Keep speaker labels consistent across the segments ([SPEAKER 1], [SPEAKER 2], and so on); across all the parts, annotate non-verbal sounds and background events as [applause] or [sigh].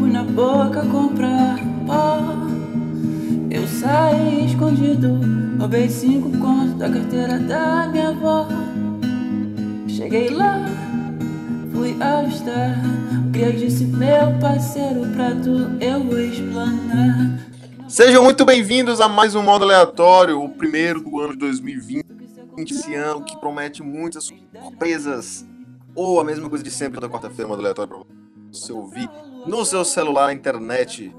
[SPEAKER 1] minha boca comprar pó. Eu saí escondido, roubei cinco contos da carteira da minha avó. Cheguei lá, fui avistar. O criado disse: Meu parceiro, pra tu eu vou explanar.
[SPEAKER 2] Sejam muito bem-vindos a mais um Modo Aleatório, o primeiro do ano de 2020. Esse ano que promete muitas surpresas, ou a mesma coisa de sempre, toda quarta-feira, Modo Aleatório, pra você ouvir no seu celular, na internet,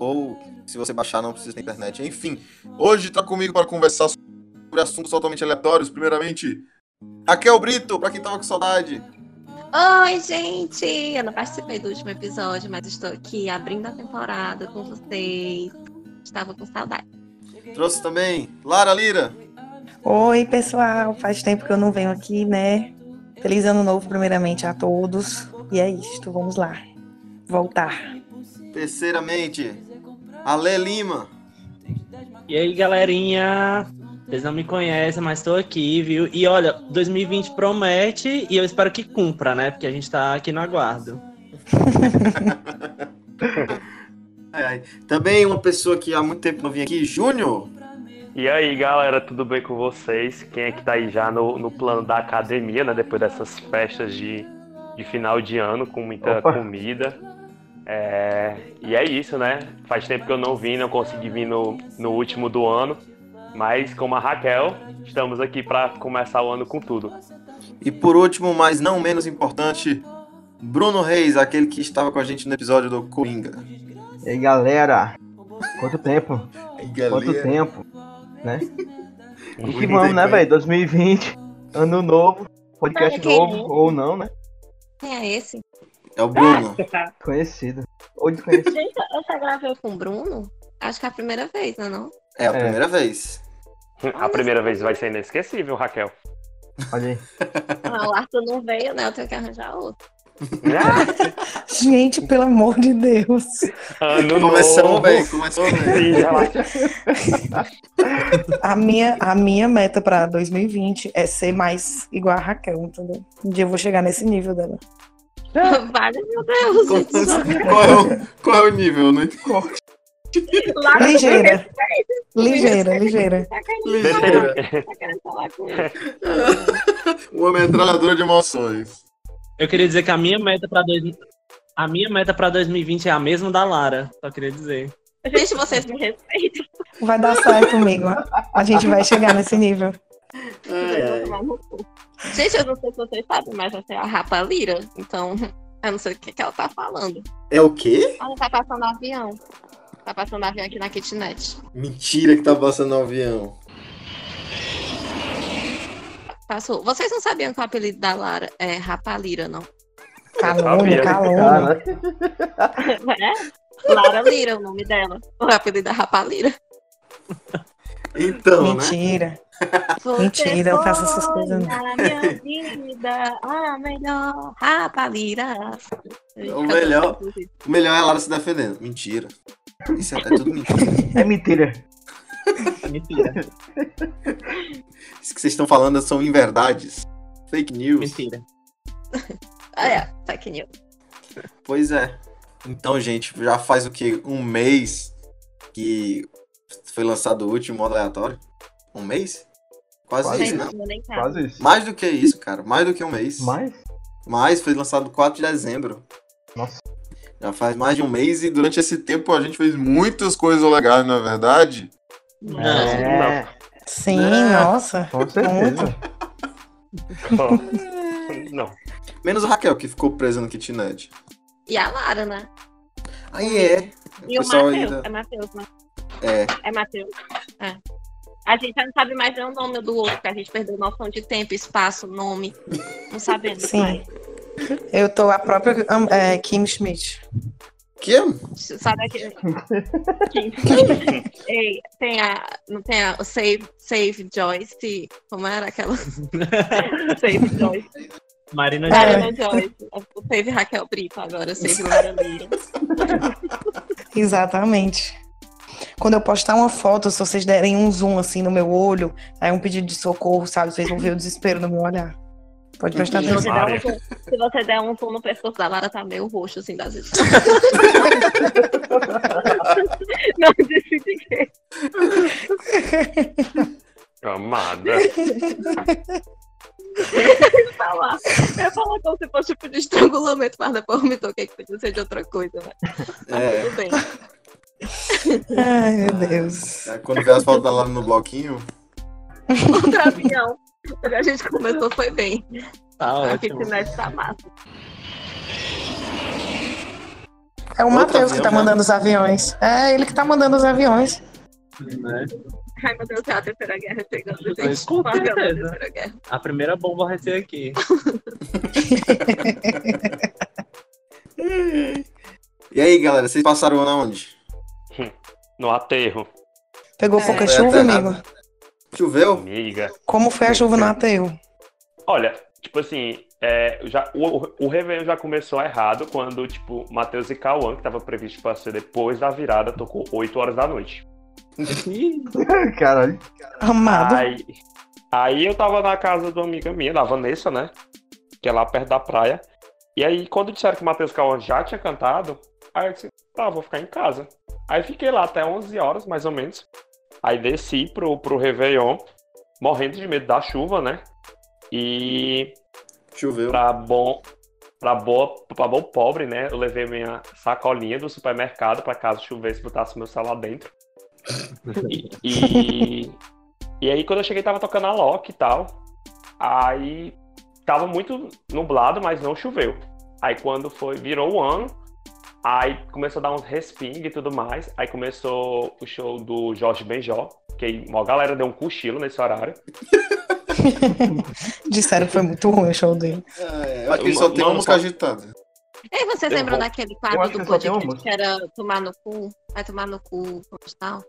[SPEAKER 2] ou se você baixar, não precisa ter internet. Enfim, hoje tá comigo para conversar sobre assuntos totalmente aleatórios. Primeiramente, Raquel Brito, pra quem tava com saudade.
[SPEAKER 3] Oi, gente! Eu não participei do último episódio, mas estou aqui abrindo a temporada com vocês. Estava com saudade.
[SPEAKER 2] Trouxe também Lara Lira.
[SPEAKER 4] Oi, pessoal. Faz tempo que eu não venho aqui, né? Feliz ano novo, primeiramente, a todos. E é isto, vamos lá. Voltar.
[SPEAKER 2] Terceiramente, Ale Lima.
[SPEAKER 5] E aí, galerinha? Vocês não me conhecem, mas estou aqui, viu? E olha, 2020 promete e eu espero que cumpra, né? Porque a gente tá aqui no aguardo.
[SPEAKER 2] Ai, ai. Também uma pessoa que há muito tempo não vinha aqui, Júnior.
[SPEAKER 6] E aí, galera, tudo bem com vocês? Quem é que tá aí já no, no plano da academia, né? Depois dessas festas de, de final de ano com muita
[SPEAKER 7] Opa.
[SPEAKER 6] comida. É, e é isso, né? Faz tempo que eu não vim, não consegui vir no, no último do ano. Mas, como a Raquel, estamos aqui para começar o ano com tudo.
[SPEAKER 2] E por último, mas não menos importante, Bruno Reis, aquele que estava com a gente no episódio do Coringa.
[SPEAKER 7] E aí, galera? Quanto tempo?
[SPEAKER 2] Ai,
[SPEAKER 7] Quanto
[SPEAKER 2] galera.
[SPEAKER 7] tempo? Né? E que
[SPEAKER 2] Muito
[SPEAKER 7] vamos,
[SPEAKER 2] tempo,
[SPEAKER 7] né,
[SPEAKER 2] hein?
[SPEAKER 7] velho? 2020, ano novo, podcast
[SPEAKER 3] Olha quem
[SPEAKER 7] novo,
[SPEAKER 3] é.
[SPEAKER 7] ou não, né?
[SPEAKER 3] Quem é esse?
[SPEAKER 2] É o Bruno.
[SPEAKER 7] Conhecido. Ou desconhecido.
[SPEAKER 3] Gente, eu já gravei com o Bruno? Acho que é a primeira vez, não é não?
[SPEAKER 2] É a
[SPEAKER 7] É.
[SPEAKER 2] primeira vez.
[SPEAKER 6] A primeira vez vai ser inesquecível,
[SPEAKER 7] [laughs]
[SPEAKER 6] Raquel.
[SPEAKER 7] Olha aí.
[SPEAKER 3] Ah, o Arthur não veio, né? Eu tenho que arranjar outro.
[SPEAKER 4] Gente, pelo amor de Deus.
[SPEAKER 6] ano
[SPEAKER 2] Começamos
[SPEAKER 6] novo.
[SPEAKER 2] bem, começamos [laughs] bem.
[SPEAKER 6] Sim, relaxa.
[SPEAKER 4] A minha, a minha meta pra 2020 é ser mais igual a Raquel, entendeu? Um dia eu vou chegar nesse nível dela.
[SPEAKER 3] [laughs] Vale, meu Deus, gente. só-
[SPEAKER 2] Qual é o, qual é o nível? Eu Não entendi.
[SPEAKER 3] Lá no
[SPEAKER 4] Ligeira.
[SPEAKER 3] meu respeito,
[SPEAKER 4] Ligeira, ligeira.
[SPEAKER 3] tá querendo
[SPEAKER 2] Ligeira.
[SPEAKER 3] tá querendo falar com ele.
[SPEAKER 2] Uma metralhadora de emoções.
[SPEAKER 5] Eu queria dizer que a minha meta para a minha meta para 2020 é a mesma da Lara, só queria dizer.
[SPEAKER 3] Gente, vocês me respeitam.
[SPEAKER 4] Vai dar certo comigo. A gente vai chegar nesse nível.
[SPEAKER 3] eu vou tomar no cu. Gente, eu não sei se vocês sabem, mas essa é a Rapa Lira. Então, eu não sei o que, que ela tá falando.
[SPEAKER 2] É o quê?
[SPEAKER 3] Ela tá passando avião. Tá passando avião aqui na kitnet.
[SPEAKER 2] Mentira que tá passando no avião.
[SPEAKER 3] Passou. Vocês não sabiam que o apelido da Lara é Rapalira, não?
[SPEAKER 4] Calúnia,
[SPEAKER 6] sabia.
[SPEAKER 4] calúnia.
[SPEAKER 7] Cara,
[SPEAKER 3] [laughs]
[SPEAKER 7] um
[SPEAKER 3] É? Lara Lira é o nome dela. O apelido é Rapalira.
[SPEAKER 2] Então, né?
[SPEAKER 4] Mentira. Mentira, eu faço essas coisas não.
[SPEAKER 3] Na minha
[SPEAKER 4] [laughs]
[SPEAKER 3] vida, a melhor Rapalira.
[SPEAKER 2] O melhor. O melhor é a Lara se defendendo. Mentira. Isso é, é tudo mentira.
[SPEAKER 7] é mentira.
[SPEAKER 5] Mentira, [laughs]
[SPEAKER 2] Isso que vocês estão falando são inverdades. Fake news.
[SPEAKER 5] mentira.
[SPEAKER 3] Ah, é. Fake news.
[SPEAKER 2] Pois é. Então, gente, já faz o quê? Um mês que foi lançado o último modo aleatório? Um mês? Quase
[SPEAKER 7] Quase.
[SPEAKER 2] isso, né?
[SPEAKER 3] Sem
[SPEAKER 2] não.
[SPEAKER 3] dúvida, nem cara.
[SPEAKER 7] Quase isso.
[SPEAKER 2] Mais do que isso, cara. Mais do que um mês.
[SPEAKER 7] Mas,
[SPEAKER 2] Mas foi lançado 4 de dezembro.
[SPEAKER 7] Nossa.
[SPEAKER 2] Já faz mais de um mês e durante esse tempo a gente fez muitas coisas legais, na verdade.
[SPEAKER 5] Não.
[SPEAKER 7] é,
[SPEAKER 4] Sim,
[SPEAKER 2] Não.
[SPEAKER 4] nossa.
[SPEAKER 7] com certeza.
[SPEAKER 6] [laughs]
[SPEAKER 7] [laughs]
[SPEAKER 6] Não.
[SPEAKER 2] Menos a Raquel, que ficou presa no kitnet.
[SPEAKER 3] E a Lara, né?
[SPEAKER 2] Aí é.
[SPEAKER 3] E o,
[SPEAKER 2] pessoal
[SPEAKER 3] Matheus.
[SPEAKER 2] ainda-
[SPEAKER 3] É Matheus, né?
[SPEAKER 2] É.
[SPEAKER 3] É Matheus. É. A gente já não sabe mais nem o nome do outro, porque a gente perdeu noção de tempo, espaço, nome. Não sabemos
[SPEAKER 4] Sim. Eu tô a própria am- é, Kim Schmidt.
[SPEAKER 2] Que? é,
[SPEAKER 3] mais. Sabe
[SPEAKER 4] [laughs]
[SPEAKER 3] aquele... Ei, tem a... Não tem a... o Save, Save Joyce. Como era
[SPEAKER 4] [laughs]
[SPEAKER 3] aquela? Save Joyce.
[SPEAKER 5] Marina
[SPEAKER 4] É.
[SPEAKER 5] Joyce.
[SPEAKER 3] Marina Joyce. O Save Raquel Brito agora. Save Lara Lira.
[SPEAKER 4] Exatamente. Quando eu postar uma foto, se vocês derem um zoom assim no meu olho, aí um pedido de socorro, sabe? Vocês vão ver o desespero no meu olhar. Pode prestar
[SPEAKER 3] Se você,
[SPEAKER 4] atenção.
[SPEAKER 3] der
[SPEAKER 6] Maria.
[SPEAKER 3] um tom, se você der um tom no pescoço da Lara, tá meio roxo, assim, das [laughs] vezes. Não, desse jeito.
[SPEAKER 6] Amada.
[SPEAKER 3] Eu ia falar. Eu ia falar como se fosse tipo de estrangulamento, mas depois eu me toquei que podia ser de outra coisa, mas
[SPEAKER 8] É.
[SPEAKER 3] tudo bem.
[SPEAKER 4] Ai, meu Deus.
[SPEAKER 8] é, Quando vê as fotos da Lara no bloquinho,
[SPEAKER 3] Contra avião. A gente começou, foi bem.
[SPEAKER 5] Tá
[SPEAKER 7] Ah,
[SPEAKER 3] A
[SPEAKER 5] ótimo.
[SPEAKER 3] kitnet tá massa.
[SPEAKER 4] É o
[SPEAKER 8] Outro
[SPEAKER 4] Matheus que
[SPEAKER 8] avião,
[SPEAKER 4] tá
[SPEAKER 8] né?
[SPEAKER 4] mandando os aviões. É ele que tá mandando os aviões.
[SPEAKER 5] Né?
[SPEAKER 3] Ai, meu Deus, é a terceira guerra chegando. gente.
[SPEAKER 5] Mas com
[SPEAKER 3] Qual é a
[SPEAKER 5] certeza.
[SPEAKER 3] terceira guerra?
[SPEAKER 5] A primeira bomba vai ser aqui.
[SPEAKER 8] E aí, galera, vocês passaram na onde?
[SPEAKER 6] No aterro,
[SPEAKER 4] Pegou
[SPEAKER 3] É.
[SPEAKER 4] pouca
[SPEAKER 8] É,
[SPEAKER 4] chuva,
[SPEAKER 8] tá errado.
[SPEAKER 4] amigo?
[SPEAKER 8] Choveu?
[SPEAKER 6] amiga.
[SPEAKER 4] Como foi a chuva no aterro?
[SPEAKER 6] Olha, tipo assim, é, já, o, o- o Réveillon já começou errado quando, tipo, Matheus e Cauã, que tava previsto pra ser depois da virada, tocou 8 horas da noite.
[SPEAKER 5] Ih,
[SPEAKER 7] Caralho.
[SPEAKER 4] Amado.
[SPEAKER 6] Aí, aí eu tava na casa de uma amiga minha, da Vanessa, né? Que é lá perto da praia. E aí, quando disseram que o Matheus Cauã já tinha cantado, aí eu disse, tá, vou ficar em casa. Aí fiquei lá até 11 horas, mais ou menos. Aí desci pro, pro Réveillon, morrendo de medo da chuva, né? E
[SPEAKER 8] Choveu.
[SPEAKER 6] pra bom, pra boa, pra bom pobre, né? Eu levei minha sacolinha do supermercado pra caso chovesse, botasse meu celular dentro. E, e, [laughs] e aí quando eu cheguei tava tocando a Loki e tal. Aí tava muito nublado, mas não choveu. Aí quando foi, virou o ano, aí começou a dar uns resping e tudo mais. Aí começou o show do Jorge Benjó, que aí a galera deu um cochilo nesse horário.
[SPEAKER 4] Disseram que foi muito ruim o show dele.
[SPEAKER 8] É, eu acho que só
[SPEAKER 6] Não,
[SPEAKER 8] tem uma
[SPEAKER 6] não,
[SPEAKER 8] música
[SPEAKER 6] só-
[SPEAKER 8] agitada.
[SPEAKER 3] Ei, vocês
[SPEAKER 6] Eu
[SPEAKER 3] lembram
[SPEAKER 6] vou-
[SPEAKER 3] daquele
[SPEAKER 7] eu
[SPEAKER 3] quadro
[SPEAKER 7] acho
[SPEAKER 3] do
[SPEAKER 7] que só tem uma
[SPEAKER 3] podcast que era tomar no cu? Vai tomar no cu, postal?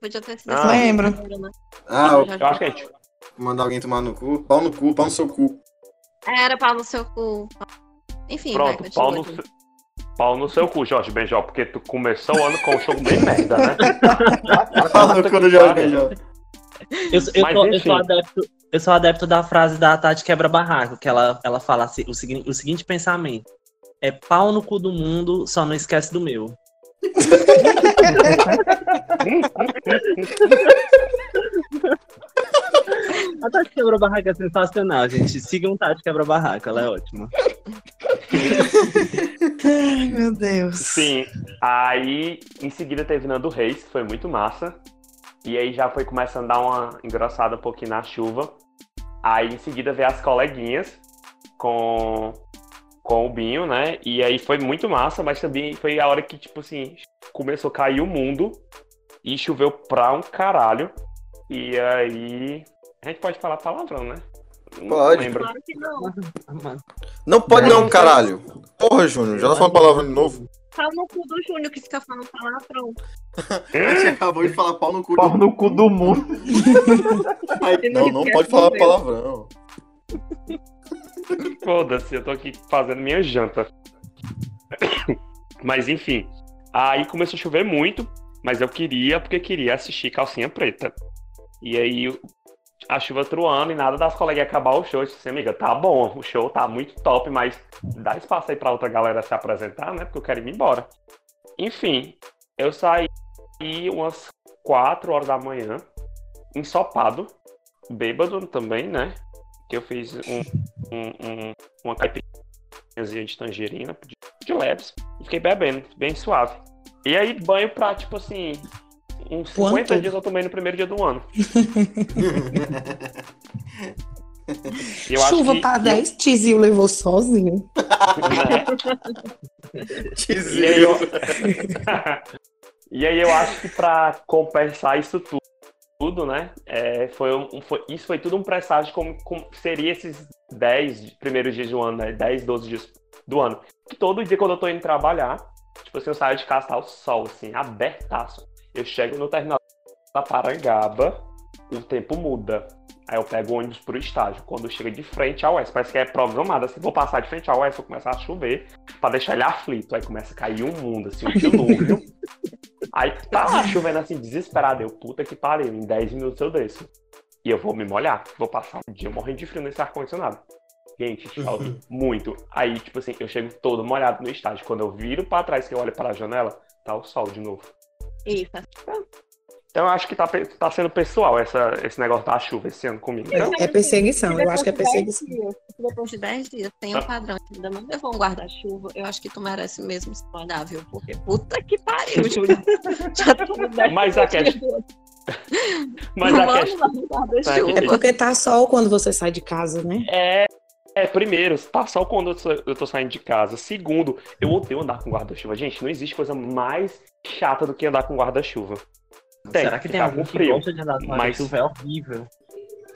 [SPEAKER 3] Podia ter sido
[SPEAKER 6] Ah.
[SPEAKER 3] essa
[SPEAKER 4] Lembro.
[SPEAKER 3] brincadeira, né?
[SPEAKER 8] Ah, eu-
[SPEAKER 6] Eu acho que é tipo- a gente
[SPEAKER 8] mandar alguém tomar no cu. Pau no cu, pau no seu
[SPEAKER 6] [laughs]
[SPEAKER 8] cu.
[SPEAKER 3] É, Era pau no seu cu. Enfim,
[SPEAKER 6] Pronto,
[SPEAKER 3] vai,
[SPEAKER 6] pau
[SPEAKER 3] continua.
[SPEAKER 6] no,
[SPEAKER 3] gente.
[SPEAKER 6] seu- pau no seu cu, Jorge Benjol, porque tu começou o ano com um show bem merda, né?
[SPEAKER 8] Pau no cu do Jorge
[SPEAKER 6] Tá.
[SPEAKER 8] Benjol.
[SPEAKER 5] Eu, eu,
[SPEAKER 6] Mas,
[SPEAKER 5] sou, eu,
[SPEAKER 6] enfim.
[SPEAKER 5] sou adepto, eu sou adepto da frase da Tati Quebra Barraco, que ela, ela fala assim, o, segui- o seguinte pensamento. É pau no cu do mundo, só não esquece do meu. A Tati Quebra Barraco é sensacional, gente. Sigam Tati Quebra Barraco, ela é ótima.
[SPEAKER 4] Ai, meu Deus.
[SPEAKER 6] Sim. Aí, em seguida, teve Nando Reis, que foi muito massa. E aí já foi começando a dar uma engrossada um pouquinho na chuva. Aí, em seguida, veio as coleguinhas com, com o Binho, né? E aí foi muito massa, mas também foi a hora que, tipo assim, começou a cair o mundo e choveu pra um caralho. E aí. A gente pode falar palavrão, né? Não
[SPEAKER 8] Pode.
[SPEAKER 3] [laughs]
[SPEAKER 6] lembro.
[SPEAKER 3] Claro que não.
[SPEAKER 8] Não pode não, caralho. Porra, Júnior, já tá falando palavra de novo.
[SPEAKER 3] Pau no cu do Júnior que fica falando palavrão.
[SPEAKER 8] [laughs] Você acabou de falar pau no cu.
[SPEAKER 7] Pau no cu do mundo.
[SPEAKER 8] Aí, Não, não pode falar palavrão.
[SPEAKER 6] Foda-se, eu tô aqui fazendo minha janta. Mas enfim, aí começou a chover muito, mas eu queria porque queria assistir Calcinha Preta. E aí a chuva truando e nada das colegas acabar o show. Eu disse, amiga, tá bom, o show tá muito top, mas dá espaço aí pra outra galera se apresentar, né? Porque eu quero ir embora. Enfim, eu saí umas 4 horas da manhã, ensopado, bêbado também, né? Que eu fiz um um- um- uma caipirinha de tangerina de, de leves e fiquei bebendo, bem suave. E aí, banho pra, tipo assim, uns
[SPEAKER 4] O ano
[SPEAKER 6] 50
[SPEAKER 4] todo.
[SPEAKER 6] dias eu tomei no primeiro dia
[SPEAKER 4] [laughs]
[SPEAKER 6] do ano. E eu acho
[SPEAKER 4] chuva
[SPEAKER 6] que- [laughs]
[SPEAKER 4] pra 10, Tizinho levou sozinho.
[SPEAKER 6] né? E aí,
[SPEAKER 8] Tizinho.
[SPEAKER 6] eu... [laughs] E aí eu acho que pra compensar isso tudo, tudo né? é, foi um- um- foi- isso foi tudo um presságio como, como seria esses 10 primeiros dias do ano, né? 10, 12 dias do ano. Que todo dia quando eu tô indo trabalhar, tipo assim, eu saio de casa, tá o sol, assim, abertaço. Eu chego no terminal da Parangaba, o tempo muda. Aí eu pego o ônibus pro estágio. Quando chega de frente ao Oeste, parece que é programado. Assim, vou passar de frente ao Oeste, vou começar a chover, pra deixar ele aflito. Aí começa a cair um mundo, assim, um dilúvio. Aí tá lá chovendo assim, desesperado. Eu, puta que pariu, em 10 minutos eu desço. E eu vou me molhar. Vou passar um dia morrendo de frio nesse ar-condicionado. Gente, chove muito. Aí, tipo assim, eu chego todo molhado no estádio. Quando eu viro pra trás, que eu olho pra janela, tá o sol de novo.
[SPEAKER 3] Isso.
[SPEAKER 6] Então eu acho que tá, pe- tá sendo pessoal essa, esse negócio da chuva esse ano comigo. Então,
[SPEAKER 4] É perseguição, eu acho que é
[SPEAKER 3] Depois de
[SPEAKER 4] perseguição.
[SPEAKER 3] 10 dias, se Depois de 10 dias, tem
[SPEAKER 6] Tá.
[SPEAKER 3] um padrão. Se ainda não levou um guarda-chuva, eu acho que tu merece mesmo se molhar, viu? Porque puta que pariu,
[SPEAKER 6] [laughs]
[SPEAKER 3] Júlio. Já tô dez
[SPEAKER 6] Mas a
[SPEAKER 3] dias.
[SPEAKER 6] mas
[SPEAKER 3] Não
[SPEAKER 6] a
[SPEAKER 3] manda
[SPEAKER 6] questão
[SPEAKER 3] lá um guarda-chuva.
[SPEAKER 4] É porque tá sol quando você sai de casa, né?
[SPEAKER 6] é, é, primeiro, tá só quando eu tô, eu tô saindo de casa. Segundo, eu odeio andar com guarda-chuva. Gente, não existe coisa mais chata do que andar com guarda-chuva. Tem,
[SPEAKER 5] Será que tem
[SPEAKER 6] tá
[SPEAKER 5] algum
[SPEAKER 6] com
[SPEAKER 5] que
[SPEAKER 6] frio,
[SPEAKER 5] gosta de andar com
[SPEAKER 6] mas-
[SPEAKER 5] chuva? É horrível.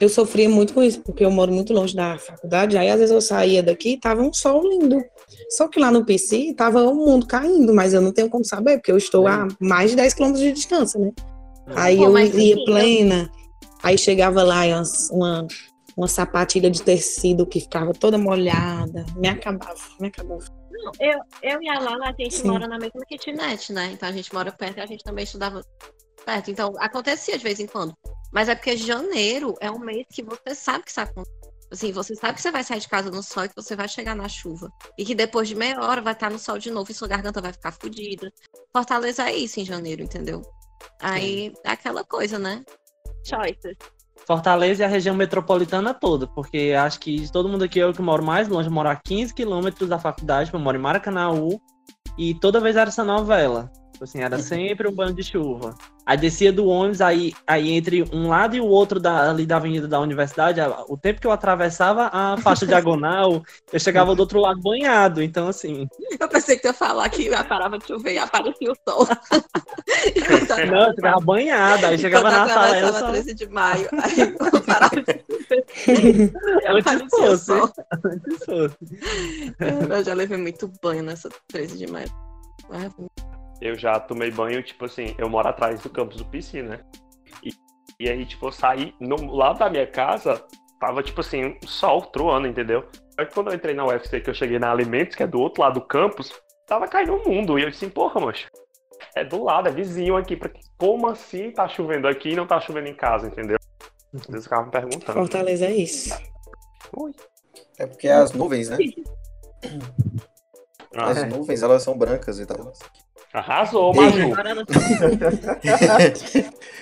[SPEAKER 4] Eu sofria muito com isso, porque eu moro muito longe da faculdade. Aí, às vezes, eu saía daqui e tava um sol lindo. Só que lá no PC tava o mundo caindo, mas eu não tenho como saber, porque eu estou a mais de 10 quilômetros de distância, né? Aí
[SPEAKER 3] Pô,
[SPEAKER 4] eu
[SPEAKER 3] mas
[SPEAKER 4] ia
[SPEAKER 3] assim,
[SPEAKER 4] plena, aí chegava lá e umas- uma, uma sapatilha de tecido que ficava toda molhada. Me acabava, me acabava.
[SPEAKER 3] Não, eu, eu e a Lala, a gente
[SPEAKER 4] Sim.
[SPEAKER 3] mora na mesma kitnet, né? Então a gente mora perto e a gente também estudava perto. Então acontecia de vez em quando. Mas é porque janeiro é um mês que você sabe que isso acontece. Assim, você sabe que você vai sair de casa no sol e que você vai chegar na chuva. E que depois de meia hora vai estar no sol de novo e sua garganta vai ficar fodida. Fortaleza é isso em janeiro, entendeu? Aí é aquela coisa, né? Choices.
[SPEAKER 5] Fortaleza e a região metropolitana toda, porque acho que de todo mundo aqui, eu que moro mais longe, eu moro a 15 quilômetros da faculdade, eu moro em Maracanaú, e toda vez era essa novela. Tipo Assim, era sempre um banho de chuva. Aí descia do ônibus, aí, aí entre um lado e o outro da, ali da avenida da universidade, a- o tempo que eu atravessava a faixa diagonal, eu chegava do outro lado banhado. Então, assim,
[SPEAKER 3] Eu pensei que tu ia falar que parava de chover e aparecia o sol. [laughs] Então, Eu tava-
[SPEAKER 5] não, eu chegava banhado, aí chegava
[SPEAKER 3] Quando
[SPEAKER 5] na sala,
[SPEAKER 3] atravessava
[SPEAKER 5] eu só,
[SPEAKER 3] 13 de maio, aí eu
[SPEAKER 5] [laughs]
[SPEAKER 3] parava de
[SPEAKER 5] antes
[SPEAKER 3] aparecer o
[SPEAKER 5] [laughs] fosse,
[SPEAKER 3] sol.
[SPEAKER 5] antes fosse.
[SPEAKER 3] Eu já levei muito banho nessa 13 de maio. Ah,
[SPEAKER 6] Eu já tomei banho, tipo assim, eu moro atrás do campus do PC, né? E, e aí, tipo, eu saí no lado da minha casa, tava, tipo assim, um sol troando, entendeu? Só que quando eu entrei na UFC, que eu cheguei na Alimentos, que é do outro lado do campus, tava caindo o mundo. E eu disse, assim, porra, mancha, é do lado, é vizinho aqui. pra- Como assim tá chovendo aqui e não tá chovendo em casa, entendeu? Às vezes eu ficava me perguntando.
[SPEAKER 4] Fortaleza é isso.
[SPEAKER 2] É porque as nuvens, né?
[SPEAKER 6] Ah,
[SPEAKER 2] As nuvens, elas são brancas e
[SPEAKER 6] [laughs]
[SPEAKER 2] tal.
[SPEAKER 6] Arrasou, Maju.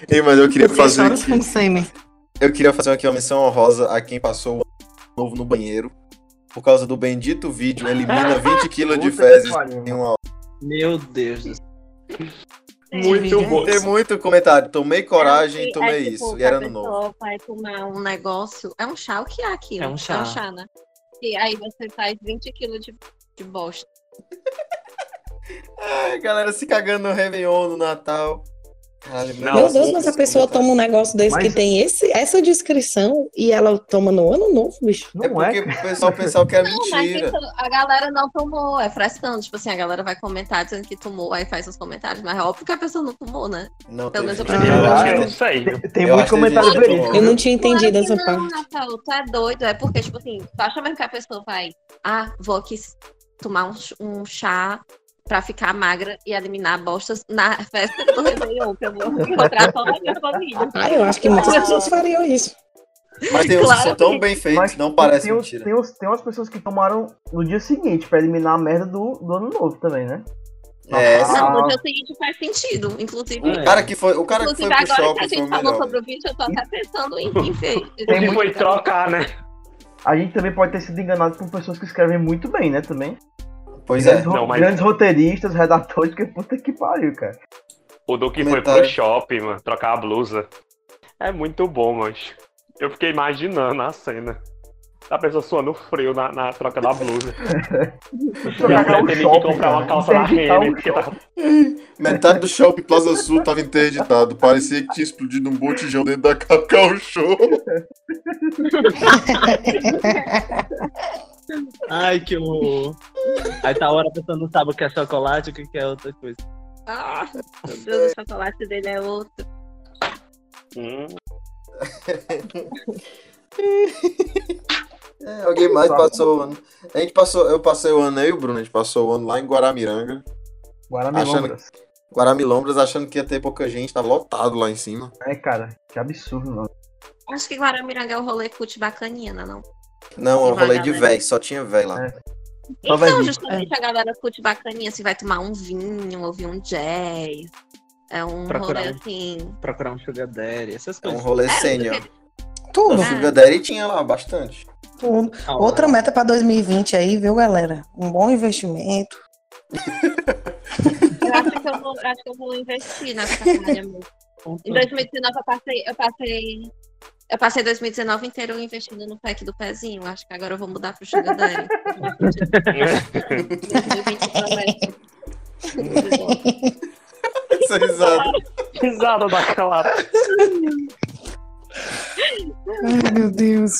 [SPEAKER 2] Ei, mas eu queria fazer
[SPEAKER 4] Choro
[SPEAKER 2] aqui,
[SPEAKER 4] com sêmen.
[SPEAKER 2] eu queria fazer aqui uma missão honrosa a quem passou o ano novo no banheiro. Por causa do bendito vídeo,
[SPEAKER 3] [laughs]
[SPEAKER 2] elimina 20 quilos de fezes um em uma hora.
[SPEAKER 5] Meu Deus do céu.
[SPEAKER 6] Muito bom.
[SPEAKER 2] Tem muito comentário.
[SPEAKER 3] É,
[SPEAKER 2] Tomei coragem e tomei
[SPEAKER 3] tipo,
[SPEAKER 2] isso. E era
[SPEAKER 3] tá
[SPEAKER 2] ano novo.
[SPEAKER 3] vai tomar um negócio. É um chá o que é aquilo?
[SPEAKER 5] É um chá.
[SPEAKER 3] É um chá, né? E aí você faz 20 quilos de, de bosta.
[SPEAKER 2] Ai, galera se cagando no Réveillon, no Natal. Caralho,
[SPEAKER 6] Meu
[SPEAKER 4] Meu
[SPEAKER 6] Nossa,
[SPEAKER 4] Deus, mas a pessoa toma um negócio desse
[SPEAKER 7] Mas-
[SPEAKER 4] que tem esse, essa descrição e ela toma no ano novo, bicho.
[SPEAKER 2] É
[SPEAKER 7] Não é,
[SPEAKER 2] porque o pessoal pensava que era
[SPEAKER 3] [laughs] Não, mas
[SPEAKER 2] mentira.
[SPEAKER 3] isso- a galera não tomou, é frescando. Tipo assim, a galera vai comentar dizendo que tomou, aí faz os comentários, mas é óbvio que a pessoa não tomou, né?
[SPEAKER 2] Não,
[SPEAKER 3] Pelo menos
[SPEAKER 2] teve
[SPEAKER 3] eu
[SPEAKER 2] gente-
[SPEAKER 6] Eu acho
[SPEAKER 7] Ah,
[SPEAKER 6] que eu não
[SPEAKER 7] é.
[SPEAKER 6] sei.
[SPEAKER 7] cara. Tem
[SPEAKER 2] Eu
[SPEAKER 7] muito
[SPEAKER 2] acho que
[SPEAKER 7] comentário
[SPEAKER 2] existe,
[SPEAKER 7] dele.
[SPEAKER 4] Eu não tinha entendido
[SPEAKER 3] Claro que
[SPEAKER 4] essa
[SPEAKER 3] não,
[SPEAKER 4] parte.
[SPEAKER 3] Rafael, tu é doido. É porque, tipo assim, tu acha mesmo que a pessoa vai, ah, vou aqui s- tomar um, ch- um chá pra ficar magra e eliminar bostas na festa do Réveillon, que eu vou encontrar só a minha família.
[SPEAKER 4] Ah, eu acho que muitas pessoas fariam isso.
[SPEAKER 2] Mas tem uns que são
[SPEAKER 3] Claro
[SPEAKER 2] tão
[SPEAKER 3] que-
[SPEAKER 2] bem feitos,
[SPEAKER 7] Mas
[SPEAKER 2] não parece
[SPEAKER 7] tem, uns-
[SPEAKER 2] mentira.
[SPEAKER 7] Tem, uns- tem umas pessoas que tomaram no dia seguinte pra eliminar a merda do, do ano novo também, né?
[SPEAKER 2] É,
[SPEAKER 7] Ah.
[SPEAKER 3] Não, no dia seguinte faz sentido. Inclusive,
[SPEAKER 2] O cara que foi, o cara que foi
[SPEAKER 3] inclusive
[SPEAKER 2] pro
[SPEAKER 3] agora que a
[SPEAKER 2] shopping foi
[SPEAKER 3] gente
[SPEAKER 2] o
[SPEAKER 3] falou
[SPEAKER 2] melhor.
[SPEAKER 3] sobre o vídeo, eu tô até pensando em, em ver.
[SPEAKER 6] O que foi trocar, né?
[SPEAKER 7] A gente também pode ter sido enganado por pessoas que escrevem muito bem, né? Também.
[SPEAKER 2] Pois é.
[SPEAKER 7] Grandes ro-
[SPEAKER 6] Não, mas-
[SPEAKER 7] Grandes roteiristas, redatores, que puta que pariu, cara.
[SPEAKER 6] O do que foi pro
[SPEAKER 2] Comentário.
[SPEAKER 6] shopping, mano, trocar a blusa. É muito bom, mancho. Eu fiquei imaginando a cena. A pessoa suando frio na, na troca da blusa. E a
[SPEAKER 7] um
[SPEAKER 6] mulher teve que comprar
[SPEAKER 7] né?
[SPEAKER 6] uma calça na Renner, porque tá tava
[SPEAKER 2] Metade do shopping Plaza Sul tava interditado. Parecia que tinha explodido um botijão dentro da [laughs] Cacau Show.
[SPEAKER 5] Ai, que horror. Aí tá a hora a pessoa não sabe o que é chocolate, o que que é outra coisa.
[SPEAKER 3] [laughs] Ah, meu Deus, o chocolate dele é outro.
[SPEAKER 6] Hum, [laughs]
[SPEAKER 2] É, alguém mais passou o ano. A gente passou, eu passei o ano, eu e o Bruno, a gente passou o ano lá em Guaramiranga.
[SPEAKER 7] Guaramirobras.
[SPEAKER 2] Guaramilombras, achando que ia ter pouca gente, tá lotado lá em cima.
[SPEAKER 7] É, cara, que absurdo, mano.
[SPEAKER 3] Acho que Guaramiranga é o rolê cut bacaninha, não?
[SPEAKER 2] Não, eu
[SPEAKER 3] Vai,
[SPEAKER 2] rolei de
[SPEAKER 3] galera.
[SPEAKER 2] véi, só tinha véi lá.
[SPEAKER 7] É. Só vai
[SPEAKER 3] Então,
[SPEAKER 7] vir.
[SPEAKER 3] justamente a galera curte bacaninha, se vai tomar um vinho, ouvir um jazz. É um
[SPEAKER 5] Procurar
[SPEAKER 3] rolê
[SPEAKER 5] um-
[SPEAKER 3] assim.
[SPEAKER 5] Procurar um sugar daddy, essas
[SPEAKER 2] É um
[SPEAKER 5] coisas.
[SPEAKER 2] rolê
[SPEAKER 3] É,
[SPEAKER 2] sênior. O
[SPEAKER 4] Tudo,
[SPEAKER 3] Ah.
[SPEAKER 2] Sugar Daddy tinha lá [laughs] bastante.
[SPEAKER 4] tudo.
[SPEAKER 5] Ah,
[SPEAKER 4] Outra meta pra 2020 aí, viu, galera? Um bom investimento.
[SPEAKER 3] Eu acho que eu vou, acho que eu vou investir nessa área mesmo. Em 2019 eu passei, eu passei. Eu passei 2019 inteiro investindo no pack do pezinho. Acho que agora eu vou mudar pro Sugar Daddy. 2020 promete.
[SPEAKER 2] Essa risada.
[SPEAKER 6] Risada da calada.
[SPEAKER 4] Ai, meu Deus.